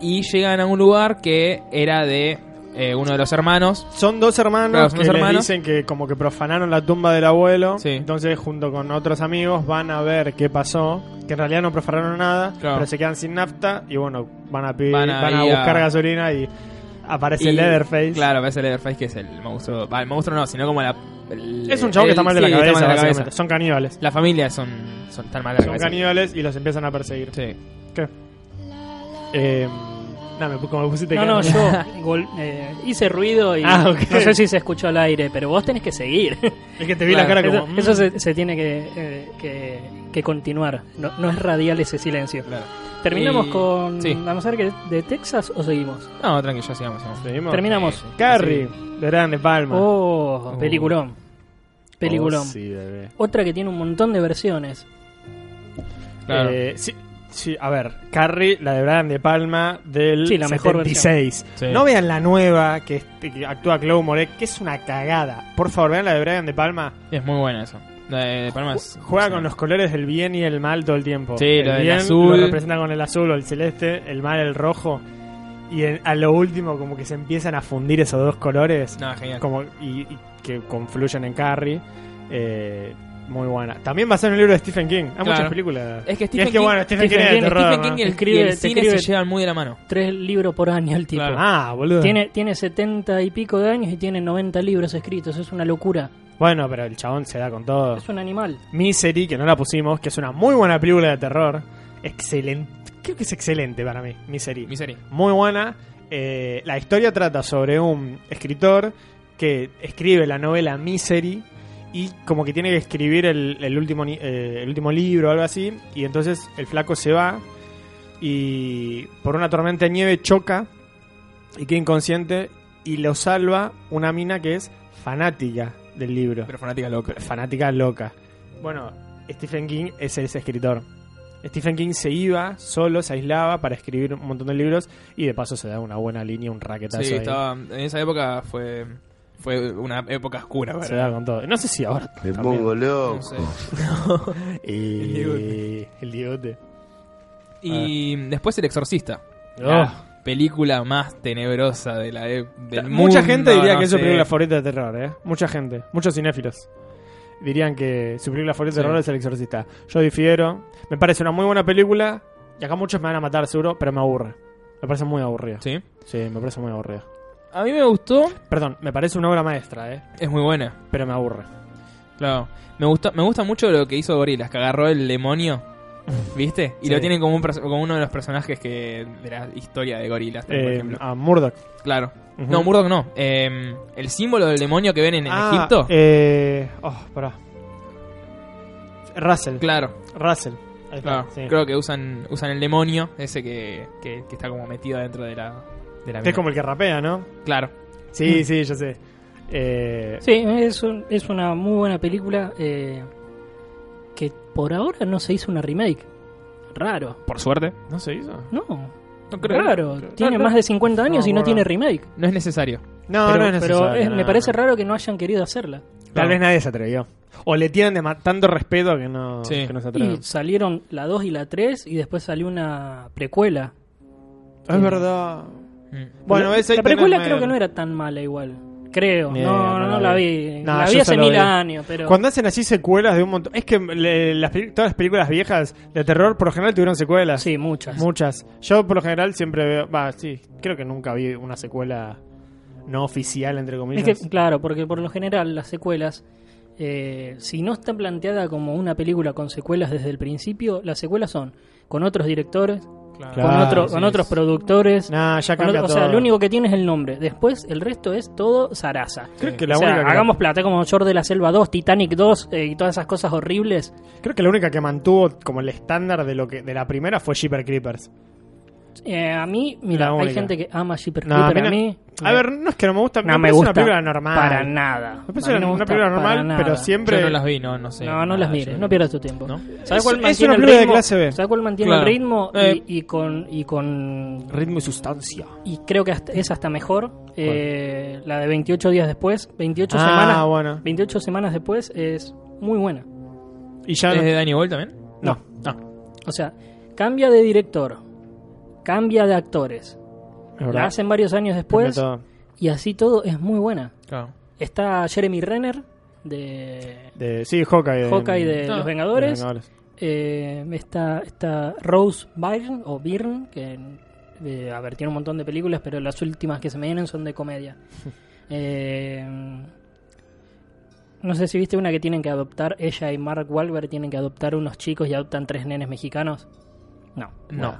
Speaker 5: Y llegan a un lugar que era de eh, uno de los hermanos.
Speaker 3: Son dos hermanos
Speaker 5: Claro, son
Speaker 3: que
Speaker 5: dos
Speaker 3: les
Speaker 5: hermanos.
Speaker 3: dicen que como que profanaron la tumba del abuelo.
Speaker 5: Sí.
Speaker 3: Entonces, junto con otros amigos, van a ver qué pasó. Que en realidad no profanaron nada,
Speaker 5: Claro.
Speaker 3: pero se quedan sin nafta y bueno, van a, pedir-
Speaker 5: Van
Speaker 3: van
Speaker 5: a
Speaker 3: a,
Speaker 5: ir a-
Speaker 3: buscar gasolina y aparece
Speaker 5: Y-
Speaker 3: Leatherface.
Speaker 5: Claro, aparece Leatherface que es el monstruo. Va, el monstruo no, sino como la. el-
Speaker 3: Es un chavo que
Speaker 5: el-
Speaker 3: está mal de
Speaker 5: sí,
Speaker 3: la cabeza,
Speaker 5: mal de
Speaker 3: básicamente. Son caníbales.
Speaker 5: La familia son, son tan mal de la
Speaker 3: Son
Speaker 5: cabeza.
Speaker 3: caníbales y los empiezan a perseguir.
Speaker 5: Sí.
Speaker 3: ¿Qué? Eh, nah, me, pu- como me pusiste
Speaker 1: No,
Speaker 3: que-
Speaker 1: no, yo gol- eh, hice ruido y
Speaker 3: Ah, ok.
Speaker 1: no sé si se escuchó al aire, pero vos tenés que seguir.
Speaker 3: Es que te vi la
Speaker 1: Claro,
Speaker 3: cara
Speaker 1: eso,
Speaker 3: como...
Speaker 1: eso
Speaker 3: mm.
Speaker 1: se, se tiene que, eh, que, que continuar. No, no es radial ese silencio.
Speaker 5: Claro.
Speaker 1: ¿Terminamos
Speaker 5: Y-
Speaker 1: con
Speaker 5: sí.
Speaker 1: la masacre de Texas o seguimos?
Speaker 5: No, tranquilo, sigamos. sigamos.
Speaker 3: "Mm, Seguimos.
Speaker 1: Terminamos.
Speaker 5: sí.
Speaker 3: Carrie, de Grande Palma.
Speaker 1: Oh,
Speaker 5: Oh.
Speaker 1: peliculón. Peliculón.
Speaker 3: Oh, sí, bebé.
Speaker 1: Otra que tiene un montón de versiones.
Speaker 5: Claro.
Speaker 3: Eh, sí, sí, a ver, Carrie, la de Brian De Palma del
Speaker 1: Sí, la mejor
Speaker 3: 76.
Speaker 5: Sí.
Speaker 3: No vean la nueva que, este- que actúa Chloe Moret, que es una cagada. Por favor, vean la de Brian De Palma.
Speaker 5: Es muy buena eso. La de, de Palma es-
Speaker 3: Juega
Speaker 5: sí.
Speaker 3: con los colores del bien y el mal todo el tiempo.
Speaker 5: Sí,
Speaker 3: el
Speaker 5: lo del
Speaker 3: bien
Speaker 5: azul.
Speaker 3: Lo representa con el azul o el celeste, el mal el rojo. Y en- a lo último, como que se empiezan a fundir esos dos colores
Speaker 5: No, genial.
Speaker 3: como y, y que confluyen en Carrie. Eh, muy buena. También basada en un libro de Stephen King. Hay muchas
Speaker 5: Claro.
Speaker 3: películas.
Speaker 5: Es que
Speaker 3: Y
Speaker 5: Stephen
Speaker 3: que,
Speaker 5: King-
Speaker 3: bueno, Stephen,
Speaker 1: Stephen
Speaker 3: King, es de
Speaker 5: Stephen
Speaker 3: terror,
Speaker 5: King
Speaker 3: ¿no?
Speaker 5: y el,
Speaker 1: Escribe-
Speaker 5: y el
Speaker 1: te
Speaker 5: cine
Speaker 1: escribe-
Speaker 5: se llevan muy de la mano.
Speaker 1: Tres libros por año el tipo.
Speaker 5: Claro.
Speaker 3: Ah, boludo.
Speaker 1: Tiene, tiene 70 y pico de años y tiene 90 libros escritos. Es una locura.
Speaker 3: Bueno, pero el chabón se da con todo.
Speaker 1: Es un animal.
Speaker 3: Misery, que no la pusimos, que es una muy buena película de terror. Excelente. Creo que es excelente para mí, Misery.
Speaker 5: Misery.
Speaker 3: Muy buena. Eh, la historia trata sobre un escritor que escribe la novela Misery y como que tiene que escribir el, el último, ni- eh, el último libro o algo así. Y entonces el flaco se va y por una tormenta de nieve choca y queda inconsciente y lo salva una mina que es fanática del libro
Speaker 5: Pero fanática loca.
Speaker 3: fanática loca. Bueno, Stephen King es ese escritor. Stephen King se iba solo, se aislaba para escribir un montón de libros y de paso se da una buena línea, un raquetazo.
Speaker 5: Sí,
Speaker 3: ahí.
Speaker 5: estaba, en esa época fue, fue una época oscura.
Speaker 3: Se
Speaker 5: ¿verdad?
Speaker 3: da con todo. No sé si ahora.
Speaker 6: Me
Speaker 3: también.
Speaker 6: pongo loco.
Speaker 5: No sé.
Speaker 3: Eh,
Speaker 5: El bigote.
Speaker 3: El bigote.
Speaker 5: Y después El Exorcista.
Speaker 3: Ah.
Speaker 5: La película más tenebrosa de la e- del mundo.
Speaker 3: Mucha gente diría
Speaker 5: no
Speaker 3: que es su
Speaker 5: sé.
Speaker 3: película favorita de terror, ¿eh? Mucha gente, muchos cinéfilos. Dirían que su película favorita de
Speaker 5: Sí.
Speaker 3: terror es El Exorcista. Yo difiero. Me parece una muy buena película. Y acá muchos me van a matar, seguro, pero me aburre. Me parece muy aburrida.
Speaker 5: Sí.
Speaker 3: sí me parece muy aburrida.
Speaker 5: A mí me gustó.
Speaker 3: Perdón, me parece una obra maestra, ¿eh?
Speaker 5: Es muy buena.
Speaker 3: Pero me aburre.
Speaker 5: Claro. Me gusta, me gusta mucho lo que hizo Gorilas, que agarró el demonio. ¿Viste? Y
Speaker 3: Sí.
Speaker 5: lo tienen como, un, perso- como uno de los personajes que de la historia de Gorilas, por
Speaker 3: Eh,
Speaker 5: ejemplo.
Speaker 3: a Murdoch.
Speaker 5: Claro.
Speaker 3: Ujú.
Speaker 5: No, Murdoch no. Eh, el símbolo del demonio que ven en, en
Speaker 3: Ah,
Speaker 5: Egipto.
Speaker 3: Eh, oh, pará. Russell.
Speaker 5: Claro.
Speaker 3: Russell. Ahí está,
Speaker 5: Claro,
Speaker 3: sí.
Speaker 5: creo que usan usan el demonio, ese que, que, que está como metido dentro de la, de
Speaker 3: Que
Speaker 5: la mina.
Speaker 3: es como el que rapea, ¿no?
Speaker 5: Claro,
Speaker 3: Sí, sí, yo sé. Eh,
Speaker 1: Sí, es, un- es una muy buena película eh, que por ahora no se hizo una remake. Raro.
Speaker 5: por suerte.
Speaker 3: ¿No se hizo?
Speaker 1: No,
Speaker 5: No creo.
Speaker 1: raro. Tiene
Speaker 3: no.
Speaker 1: más de 50 años y no
Speaker 3: bueno.
Speaker 1: tiene remake.
Speaker 5: No es necesario.
Speaker 1: pero
Speaker 3: No, no es
Speaker 1: pero
Speaker 3: necesario.
Speaker 1: es-
Speaker 3: no,
Speaker 1: me parece
Speaker 3: no.
Speaker 1: raro que no hayan querido hacerla.
Speaker 3: Tal
Speaker 5: No.
Speaker 3: vez nadie se atrevió. O le tienen de ma- tanto respeto que no,
Speaker 5: Sí.
Speaker 3: que no
Speaker 1: Y
Speaker 3: se atreven.
Speaker 1: salieron la 2 y la 3 y después salió una precuela.
Speaker 3: Es verdad.
Speaker 5: Mm.
Speaker 3: Bueno,
Speaker 1: La-
Speaker 3: ese
Speaker 1: la precuela creo que no era tan mala igual. Creo.
Speaker 3: Ni idea,
Speaker 1: no, no, no la vi.
Speaker 3: No,
Speaker 1: la
Speaker 3: yo
Speaker 1: vi hace
Speaker 3: solo
Speaker 1: mil
Speaker 3: vi-
Speaker 1: años, pero.
Speaker 3: Cuando hacen así secuelas de un montón. Es que le- las peli- todas las películas viejas de terror por lo general tuvieron secuelas.
Speaker 1: Sí, muchas.
Speaker 3: Muchas. Yo por lo general siempre veo. Va, sí. Creo que nunca vi una secuela no oficial, entre
Speaker 1: Es
Speaker 3: comillas.
Speaker 1: que, claro, porque por lo general las secuelas, eh, si no está planteada como una película con secuelas desde el principio, las secuelas son con otros directores, con,
Speaker 3: Claro,
Speaker 1: otro-
Speaker 3: sí,
Speaker 1: con otros productores.
Speaker 3: Nah, ya
Speaker 1: con
Speaker 3: cambia
Speaker 1: otro- o sea,
Speaker 3: todo.
Speaker 1: lo único que tiene es el nombre. Después, el resto es todo zaraza.
Speaker 3: Creo que la
Speaker 1: o sea,
Speaker 3: única que-
Speaker 1: hagamos plata, como Short de la Selva 2, Titanic 2 eh, y todas esas cosas horribles.
Speaker 3: Creo que la única que mantuvo como el estándar de lo que de la primera fue Jeeper Creepers.
Speaker 1: Eh, a mí,
Speaker 3: La
Speaker 1: mira, hay
Speaker 3: única.
Speaker 1: gente que ama Shipper
Speaker 3: No,
Speaker 1: Creeper,
Speaker 3: a
Speaker 1: a
Speaker 3: mí no-
Speaker 1: mí.
Speaker 3: A ver, no es que no me gusta,
Speaker 1: no me
Speaker 3: parece
Speaker 1: gusta.
Speaker 3: una película normal.
Speaker 1: Para nada.
Speaker 3: Me parece
Speaker 1: A mí
Speaker 3: una,
Speaker 1: no
Speaker 3: una
Speaker 1: gusta
Speaker 3: película
Speaker 1: para
Speaker 3: normal,
Speaker 1: nada.
Speaker 3: pero siempre.
Speaker 5: Yo no las vi, no, no sé.
Speaker 1: No, no las
Speaker 5: nada,
Speaker 1: mires,
Speaker 5: yo-
Speaker 1: no pierdas tu tiempo.
Speaker 5: ¿No?
Speaker 1: ¿Sabes
Speaker 3: Es-
Speaker 1: cuál mantiene
Speaker 3: es una
Speaker 1: el
Speaker 3: película de
Speaker 1: ritmo?
Speaker 3: clase B.
Speaker 1: ¿Sabes cuál mantiene
Speaker 5: Claro.
Speaker 1: el ritmo? Y-
Speaker 5: Eh.
Speaker 1: Y, con. Y con.
Speaker 3: Ritmo y sustancia.
Speaker 1: Y creo que hasta- es hasta mejor. eh, la de 28 días después. 28
Speaker 3: Ah,
Speaker 1: semanas.
Speaker 3: bueno.
Speaker 1: 28 semanas después es muy buena.
Speaker 3: Y ya.
Speaker 1: Eh,
Speaker 5: ¿Es de Danny Boyle también?
Speaker 3: No, no.
Speaker 1: O sea, cambia de director. Cambia de actores.
Speaker 3: Es verdad.
Speaker 1: La hacen varios años después.
Speaker 3: Cambia todo.
Speaker 1: Y así todo es muy buena.
Speaker 5: Claro.
Speaker 1: Está Jeremy Renner de.
Speaker 3: De, sí, Hawkeye. de-
Speaker 1: Hawkeye de
Speaker 5: Ah.
Speaker 1: Los
Speaker 3: de
Speaker 1: Vengadores.
Speaker 3: Eh, Los Vengadores.
Speaker 1: Eh, está, está Rose Byrne, o Byrne, que eh, a ver, tiene un montón de películas, pero las últimas que se me vienen son de comedia. Eh, no sé si viste una que tienen que adoptar, ella y Mark Wahlberg tienen que adoptar unos chicos y adoptan tres nenes mexicanos. No.
Speaker 5: No.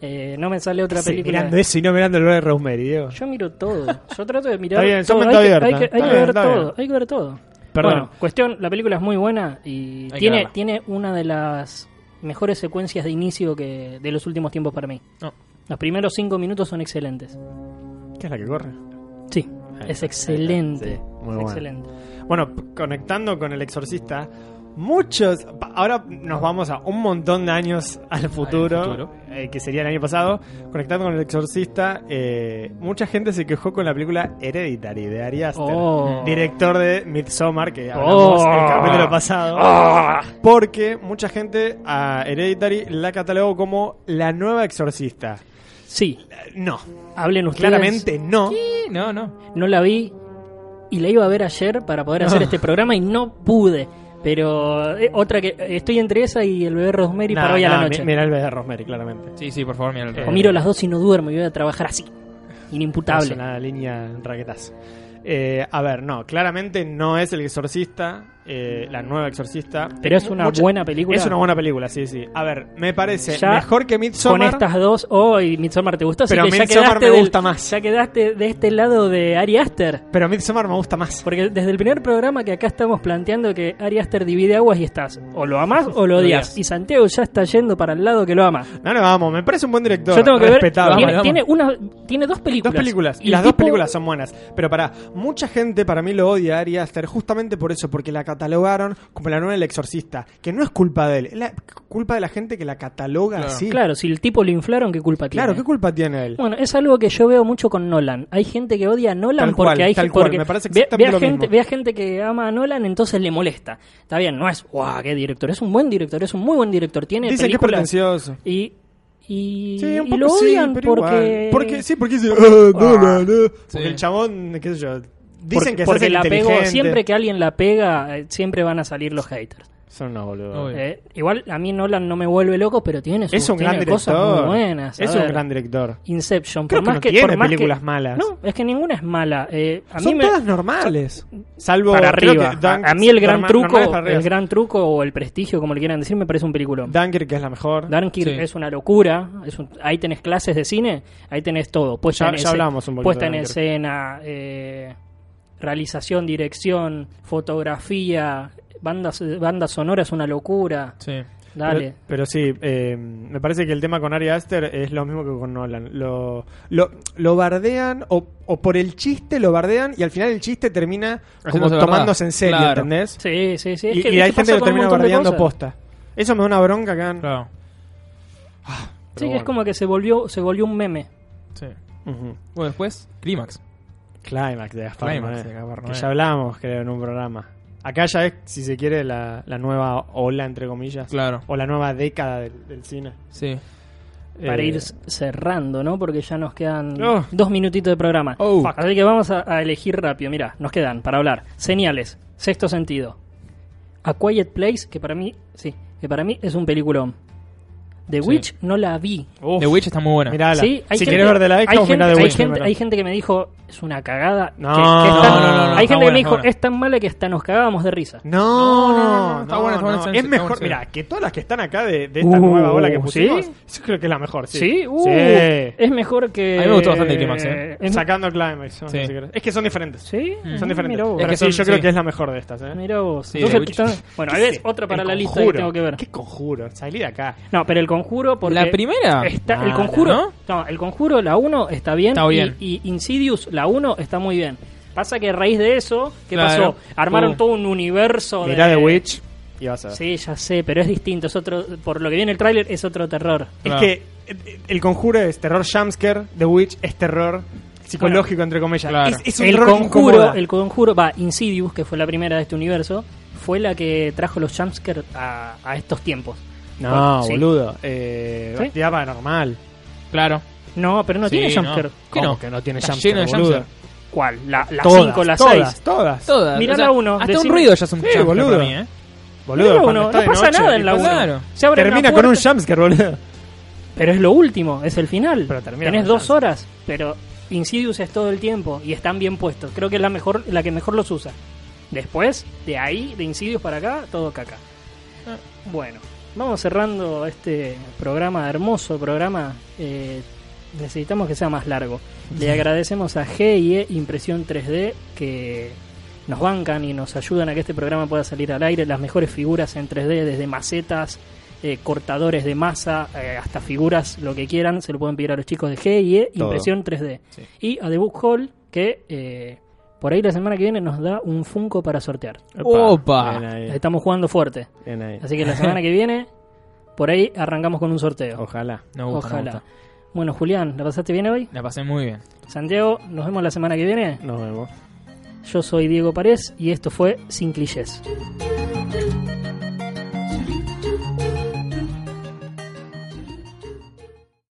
Speaker 1: Eh, no me sale otra
Speaker 3: Sí,
Speaker 1: película.
Speaker 3: mirando eso y no mirando el de Rosemary, Diego.
Speaker 1: Yo miro todo. Yo trato de mirar
Speaker 3: Está bien, son
Speaker 1: todo.
Speaker 3: mente
Speaker 1: Hay que,
Speaker 3: abierta.
Speaker 1: hay que- hay
Speaker 3: Está
Speaker 1: que
Speaker 3: bien,
Speaker 1: ver
Speaker 3: está bien.
Speaker 1: todo. Hay que ver todo.
Speaker 3: Perdón.
Speaker 1: Bueno, cuestión, la película es muy buena y
Speaker 5: Hay que
Speaker 1: tiene,
Speaker 5: verla.
Speaker 1: tiene una de las mejores secuencias de inicio que de los últimos tiempos para mí.
Speaker 3: Oh.
Speaker 5: No.
Speaker 1: Los primeros cinco minutos son excelentes.
Speaker 3: ¿Qué es la que corre?
Speaker 1: Sí,
Speaker 3: Ahí
Speaker 1: es
Speaker 3: está, ahí
Speaker 1: excelente.
Speaker 3: está. Sí, muy
Speaker 1: es
Speaker 3: bueno.
Speaker 1: excelente.
Speaker 3: Bueno, p- conectando con el exorcista, muchos. pa- Ahora nos vamos a un montón de años al futuro,
Speaker 5: futuro.
Speaker 3: eh, que sería el año pasado. Conectando con el exorcista, eh, mucha gente se quejó con la película Hereditary de Ari Aster,
Speaker 1: Oh.
Speaker 3: director de Midsommar, que hablamos
Speaker 1: Oh.
Speaker 3: el capítulo pasado. Porque mucha gente a Hereditary la catalogó como la nueva exorcista.
Speaker 1: Sí,
Speaker 3: Eh, No,
Speaker 1: hablen ustedes.
Speaker 3: claramente no.
Speaker 5: Sí, no, no.
Speaker 1: No la vi y la iba a ver ayer para poder hacer este programa y no pude. Pero eh, otra que estoy entre esa y el bebé Rosemary
Speaker 3: Nah,
Speaker 1: para hoy a
Speaker 3: nah,
Speaker 1: la noche.
Speaker 3: mi- Mira el de Rosemary, claramente.
Speaker 5: Sí, sí, por favor, mira.
Speaker 3: Eh,
Speaker 1: O miro las dos y no duermo y voy a trabajar así.
Speaker 3: Es
Speaker 1: Inimputable.
Speaker 3: una línea raquetazo. Eh, a ver, no, claramente no es el exorcista, eh, la nueva exorcista.
Speaker 1: Pero es una
Speaker 3: Mucha-
Speaker 1: buena película.
Speaker 3: Es una buena película, sí, sí. A ver, me parece
Speaker 1: Ya
Speaker 3: mejor que
Speaker 1: Con
Speaker 3: Midsommar.
Speaker 1: estas dos, oh, y Midsommar te gustó, así
Speaker 3: Pero
Speaker 1: que ya
Speaker 3: Midsommar
Speaker 1: quedaste,
Speaker 3: me
Speaker 1: del-
Speaker 3: gusta más.
Speaker 1: ya quedaste de este lado de Ari Aster.
Speaker 3: Pero Midsommar me gusta más.
Speaker 1: Porque desde el primer programa que acá estamos planteando que Ari Aster divide aguas y estás, o lo amás o lo odias.
Speaker 5: odias.
Speaker 1: Y Santiago ya está yendo para el lado que lo ama.
Speaker 3: No, no, vamos, me parece un buen director.
Speaker 1: Yo tengo que ver,
Speaker 3: respetable.
Speaker 1: tiene,
Speaker 5: lo ama.
Speaker 1: tiene una, tiene dos películas.
Speaker 3: Dos películas.
Speaker 1: el
Speaker 3: Y las dos
Speaker 1: tipo-
Speaker 3: películas son buenas. Pero para mucha gente, para mí lo odia a Ari Aster justamente por eso, porque la catalogaron como la nueva del exorcista. Que no es culpa de él, es la culpa de la gente que la cataloga
Speaker 5: Claro.
Speaker 3: así.
Speaker 1: Claro, si el tipo lo inflaron, ¿qué culpa tiene?
Speaker 3: Claro, ¿qué culpa tiene él?
Speaker 1: Bueno, es algo que yo veo mucho con Nolan. Hay gente que odia a Nolan
Speaker 3: Tal
Speaker 1: porque
Speaker 3: cual,
Speaker 1: hay
Speaker 3: tal
Speaker 1: gente
Speaker 3: cual,
Speaker 1: porque
Speaker 3: me parece
Speaker 1: ve,
Speaker 3: exactamente
Speaker 1: ve a
Speaker 3: lo
Speaker 1: gente,
Speaker 3: mismo.
Speaker 1: ve a gente que ama a Nolan, entonces le molesta. Está bien, no es, guau, qué director, es un buen director, es un muy buen director, tiene
Speaker 3: Dicen que es
Speaker 1: películas
Speaker 3: pretencioso.
Speaker 1: y y,
Speaker 3: Sí, un
Speaker 1: y
Speaker 3: poco
Speaker 1: lo
Speaker 3: sí,
Speaker 1: odian
Speaker 3: pero
Speaker 1: porque
Speaker 3: igual. porque sí, porque dice, "Ah, no, no, no".
Speaker 5: Sí.
Speaker 3: Porque el chabón, qué sé yo,
Speaker 1: porque,
Speaker 3: dicen que se
Speaker 1: porque
Speaker 3: hace
Speaker 1: la pegó,
Speaker 3: inteligente.
Speaker 1: siempre que alguien la pega, eh, siempre van a salir los haters.
Speaker 3: son unos boludos.
Speaker 5: Obvio.
Speaker 1: Eh, igual a mí Nolan no me vuelve loco, pero tiene, sus,
Speaker 3: Es un
Speaker 1: tiene
Speaker 3: gran
Speaker 1: cosas
Speaker 3: director.
Speaker 1: muy buenas. a
Speaker 3: Es un
Speaker 1: ver.
Speaker 3: gran director.
Speaker 1: Inception,
Speaker 3: Creo
Speaker 1: por
Speaker 3: que
Speaker 1: más
Speaker 3: no
Speaker 1: que
Speaker 3: tiene
Speaker 1: por más que-
Speaker 3: películas malas.
Speaker 1: No, es que ninguna es mala. Eh, a mí
Speaker 3: Son
Speaker 1: me,
Speaker 3: todas normales. Salvo
Speaker 1: para
Speaker 3: creo
Speaker 1: arriba.
Speaker 3: que Dunk-
Speaker 1: a, a mí el gran
Speaker 3: norma-
Speaker 1: truco,
Speaker 3: normales para arriba.
Speaker 1: el gran truco o el prestigio, como le quieran decir, me parece un película.
Speaker 3: Dunkirk, que es la mejor.
Speaker 1: Dunkirk
Speaker 5: Sí.
Speaker 1: es una locura, es un- ahí tenés clases de cine, ahí tenés todo, puesta,
Speaker 3: Ya-
Speaker 1: en,
Speaker 3: ya
Speaker 1: escena-
Speaker 3: hablamos un poquito
Speaker 1: puesta
Speaker 3: de
Speaker 1: en
Speaker 3: Dunkirk.
Speaker 1: escena, eh, realización, dirección, fotografía, banda, banda sonora es una locura,
Speaker 5: Sí.
Speaker 1: dale.
Speaker 3: Pero, pero sí, eh, me parece que el tema con Ari Aster es lo mismo que con Nolan. Lo, lo, lo bardean o, o por el chiste lo bardean y al final el chiste termina como
Speaker 5: Haciéndose
Speaker 3: tomándose
Speaker 5: verdad.
Speaker 3: en serio,
Speaker 5: Claro.
Speaker 3: ¿entendés?
Speaker 1: Sí, sí, sí. es
Speaker 3: Y,
Speaker 1: que-
Speaker 3: y
Speaker 1: es
Speaker 3: hay
Speaker 1: que pasa
Speaker 3: gente que lo
Speaker 1: con un
Speaker 3: termina
Speaker 1: montón de
Speaker 3: bardeando
Speaker 1: cosas.
Speaker 3: posta. Eso me da una bronca acá. en-
Speaker 5: Claro.
Speaker 1: Sí,
Speaker 3: Pero
Speaker 1: es como que se volvió, se volvió un meme.
Speaker 5: Sí.
Speaker 3: Ujú.
Speaker 5: Bueno, después, Clímax.
Speaker 3: Clímax de Gaspar
Speaker 5: Clímax
Speaker 3: Noé,
Speaker 5: de Gaspar
Speaker 3: Que
Speaker 5: Noé.
Speaker 3: ya hablamos, creo, en un programa. Acá ya es, si se quiere, la, la nueva ola, entre comillas.
Speaker 5: Claro.
Speaker 3: O la nueva década del, del cine.
Speaker 5: Sí.
Speaker 1: Para
Speaker 3: Eh,
Speaker 1: ir cerrando, ¿no? Porque ya nos quedan
Speaker 3: Oh.
Speaker 1: dos minutitos de programa.
Speaker 5: Oh.
Speaker 1: Fuck. Así que vamos a, a elegir rápido. Mira, nos quedan para hablar. Señales, sexto sentido. A Quiet Place, que para mí, sí, que para mí es un peliculón. The
Speaker 5: Sí.
Speaker 1: Witch no la vi.
Speaker 3: uf,
Speaker 5: The Witch está muy buena.
Speaker 3: mirala.
Speaker 1: Sí, hay gente-
Speaker 3: si quieres ver de la
Speaker 1: hay
Speaker 3: Expo,
Speaker 1: gente,
Speaker 3: mirá The
Speaker 1: hay
Speaker 3: Witch.
Speaker 1: gente-
Speaker 3: primero.
Speaker 1: hay gente que me dijo, es una cagada.
Speaker 3: No,
Speaker 1: que- que está-
Speaker 3: no, no, no,
Speaker 1: hay gente que
Speaker 5: está buena,
Speaker 1: me
Speaker 5: está
Speaker 1: dijo,
Speaker 5: buena.
Speaker 1: es tan mala que hasta nos cagábamos de risa.
Speaker 3: No,
Speaker 5: No, no, no, no, está
Speaker 3: no,
Speaker 5: buena, está buena,
Speaker 3: no.
Speaker 5: está
Speaker 3: Es
Speaker 5: buena, está
Speaker 3: mejor,
Speaker 5: buena.
Speaker 3: mira, que todas las que están acá de, de esta
Speaker 1: Uh,
Speaker 3: nueva ola que
Speaker 1: ¿sí?
Speaker 3: pusimos, yo creo que es la mejor, sí.
Speaker 1: Sí, Uh,
Speaker 3: Sí.
Speaker 1: es mejor que...
Speaker 5: A mí me gustó bastante el Climax, ¿eh?
Speaker 1: es-
Speaker 3: Sacando Climax. no,
Speaker 5: Sí.
Speaker 3: si querés. Es que son diferentes.
Speaker 1: Sí,
Speaker 3: Son diferentes.
Speaker 1: Ah, Mira vos.
Speaker 3: Pero
Speaker 5: Es que
Speaker 3: sí,
Speaker 5: son-
Speaker 3: yo creo
Speaker 5: sí.
Speaker 3: que es la mejor de estas, ¿eh?
Speaker 1: Mira Ah, vos.
Speaker 5: Sí,
Speaker 1: Entonces,
Speaker 5: The Witch.
Speaker 1: quizás- bueno, ahí
Speaker 3: ¿Qué
Speaker 1: ves
Speaker 3: sé?
Speaker 1: otra para
Speaker 3: El
Speaker 1: la lista que
Speaker 3: Conjuro.
Speaker 1: tengo que ver.
Speaker 3: ¿Qué conjuro? Salí de acá.
Speaker 1: No, pero el conjuro porque
Speaker 5: ¿La primera?
Speaker 1: está el
Speaker 3: Nada,
Speaker 1: conjuro,
Speaker 5: ¿no?
Speaker 1: ¿no? el conjuro la 1 está bien,
Speaker 5: Está bien.
Speaker 1: Y, y Insidious la 1 está muy bien. Pasa que a raíz de eso, ¿qué
Speaker 5: Claro.
Speaker 1: pasó? Armaron
Speaker 5: Uh.
Speaker 1: todo un universo de
Speaker 3: Mirá The Witch y vas a ver.
Speaker 1: Sí, ya sé, pero es distinto, es otro por lo que viene el tráiler es otro terror.
Speaker 3: Es
Speaker 5: Claro.
Speaker 3: que eh, el conjuro es terror jumpscare, The Witch es terror psicológico, entre comillas.
Speaker 5: Claro.
Speaker 3: Es, es un
Speaker 1: El
Speaker 3: terror que
Speaker 1: conjuro,
Speaker 3: incomoda.
Speaker 1: el conjuro, va, Insidious, que fue la primera de este universo, fue la que trajo los jumpscares a, a estos tiempos.
Speaker 3: No,
Speaker 1: Sí.
Speaker 3: boludo. Eh,
Speaker 1: ¿Sí?
Speaker 3: Actividad paranormal.
Speaker 5: Claro.
Speaker 1: No, pero no
Speaker 5: Sí,
Speaker 1: tiene
Speaker 5: no.
Speaker 1: jumpscare.
Speaker 5: ¿Qué
Speaker 3: ¿Cómo
Speaker 5: no?
Speaker 3: que no tiene
Speaker 5: Está
Speaker 3: jumpscare,
Speaker 5: lleno de
Speaker 3: boludo?
Speaker 5: jumpscare.
Speaker 1: ¿Cuál? La la
Speaker 3: Todas,
Speaker 1: 5, la 6.
Speaker 3: todas, Todas,
Speaker 5: Todas.
Speaker 1: Mirá la uno,
Speaker 5: Hasta
Speaker 1: decime-
Speaker 5: un ruido ya es un
Speaker 3: Sí,
Speaker 5: jumpscare
Speaker 3: boludo.
Speaker 5: para mí, ¿eh?
Speaker 3: Boludo,
Speaker 1: Pero
Speaker 3: cuando
Speaker 1: uno,
Speaker 3: está
Speaker 1: no
Speaker 3: de
Speaker 1: pasa
Speaker 3: noche,
Speaker 1: nada en la
Speaker 3: tipo,
Speaker 1: 1.
Speaker 5: Claro.
Speaker 3: Termina con un jumpscare, boludo.
Speaker 1: Pero es lo último, es el final.
Speaker 3: Pero termina
Speaker 1: Tenés
Speaker 3: con un
Speaker 1: dos
Speaker 3: jumpscare.
Speaker 1: horas, pero Insidious es todo el tiempo y están bien puestos. Creo que es la, mejor, la que mejor los usa. Después, de ahí, de Insidious para acá, todo caca.
Speaker 5: Ah.
Speaker 1: Bueno, vamos cerrando este programa, hermoso programa. Eh, necesitamos que sea más largo. Le agradecemos a GIE Impresión 3D que nos bancan y nos ayudan a que este programa pueda salir al aire. Las mejores figuras en 3D, desde macetas, eh, cortadores de masa, eh, hasta figuras, lo que quieran, se lo pueden pedir a los chicos de GIE
Speaker 6: Todo.
Speaker 1: Impresión 3D.
Speaker 5: Sí.
Speaker 1: Y a The Book Hall, que eh, por ahí la semana que viene nos da un Funko para sortear.
Speaker 5: Opa.
Speaker 3: Bien ahí,
Speaker 1: Estamos jugando fuerte.
Speaker 3: bien ahí.
Speaker 1: Así que la semana que viene, por ahí arrancamos con un sorteo.
Speaker 3: Ojalá.
Speaker 5: No gusta, no
Speaker 1: Ojalá.
Speaker 5: gusta.
Speaker 1: Bueno, Julián, ¿la pasaste bien hoy?
Speaker 5: La pasé muy bien.
Speaker 1: Santiago, nos vemos la semana que viene.
Speaker 3: Nos vemos.
Speaker 1: Yo soy Diego Párez y esto fue Sin Clichés.
Speaker 7: do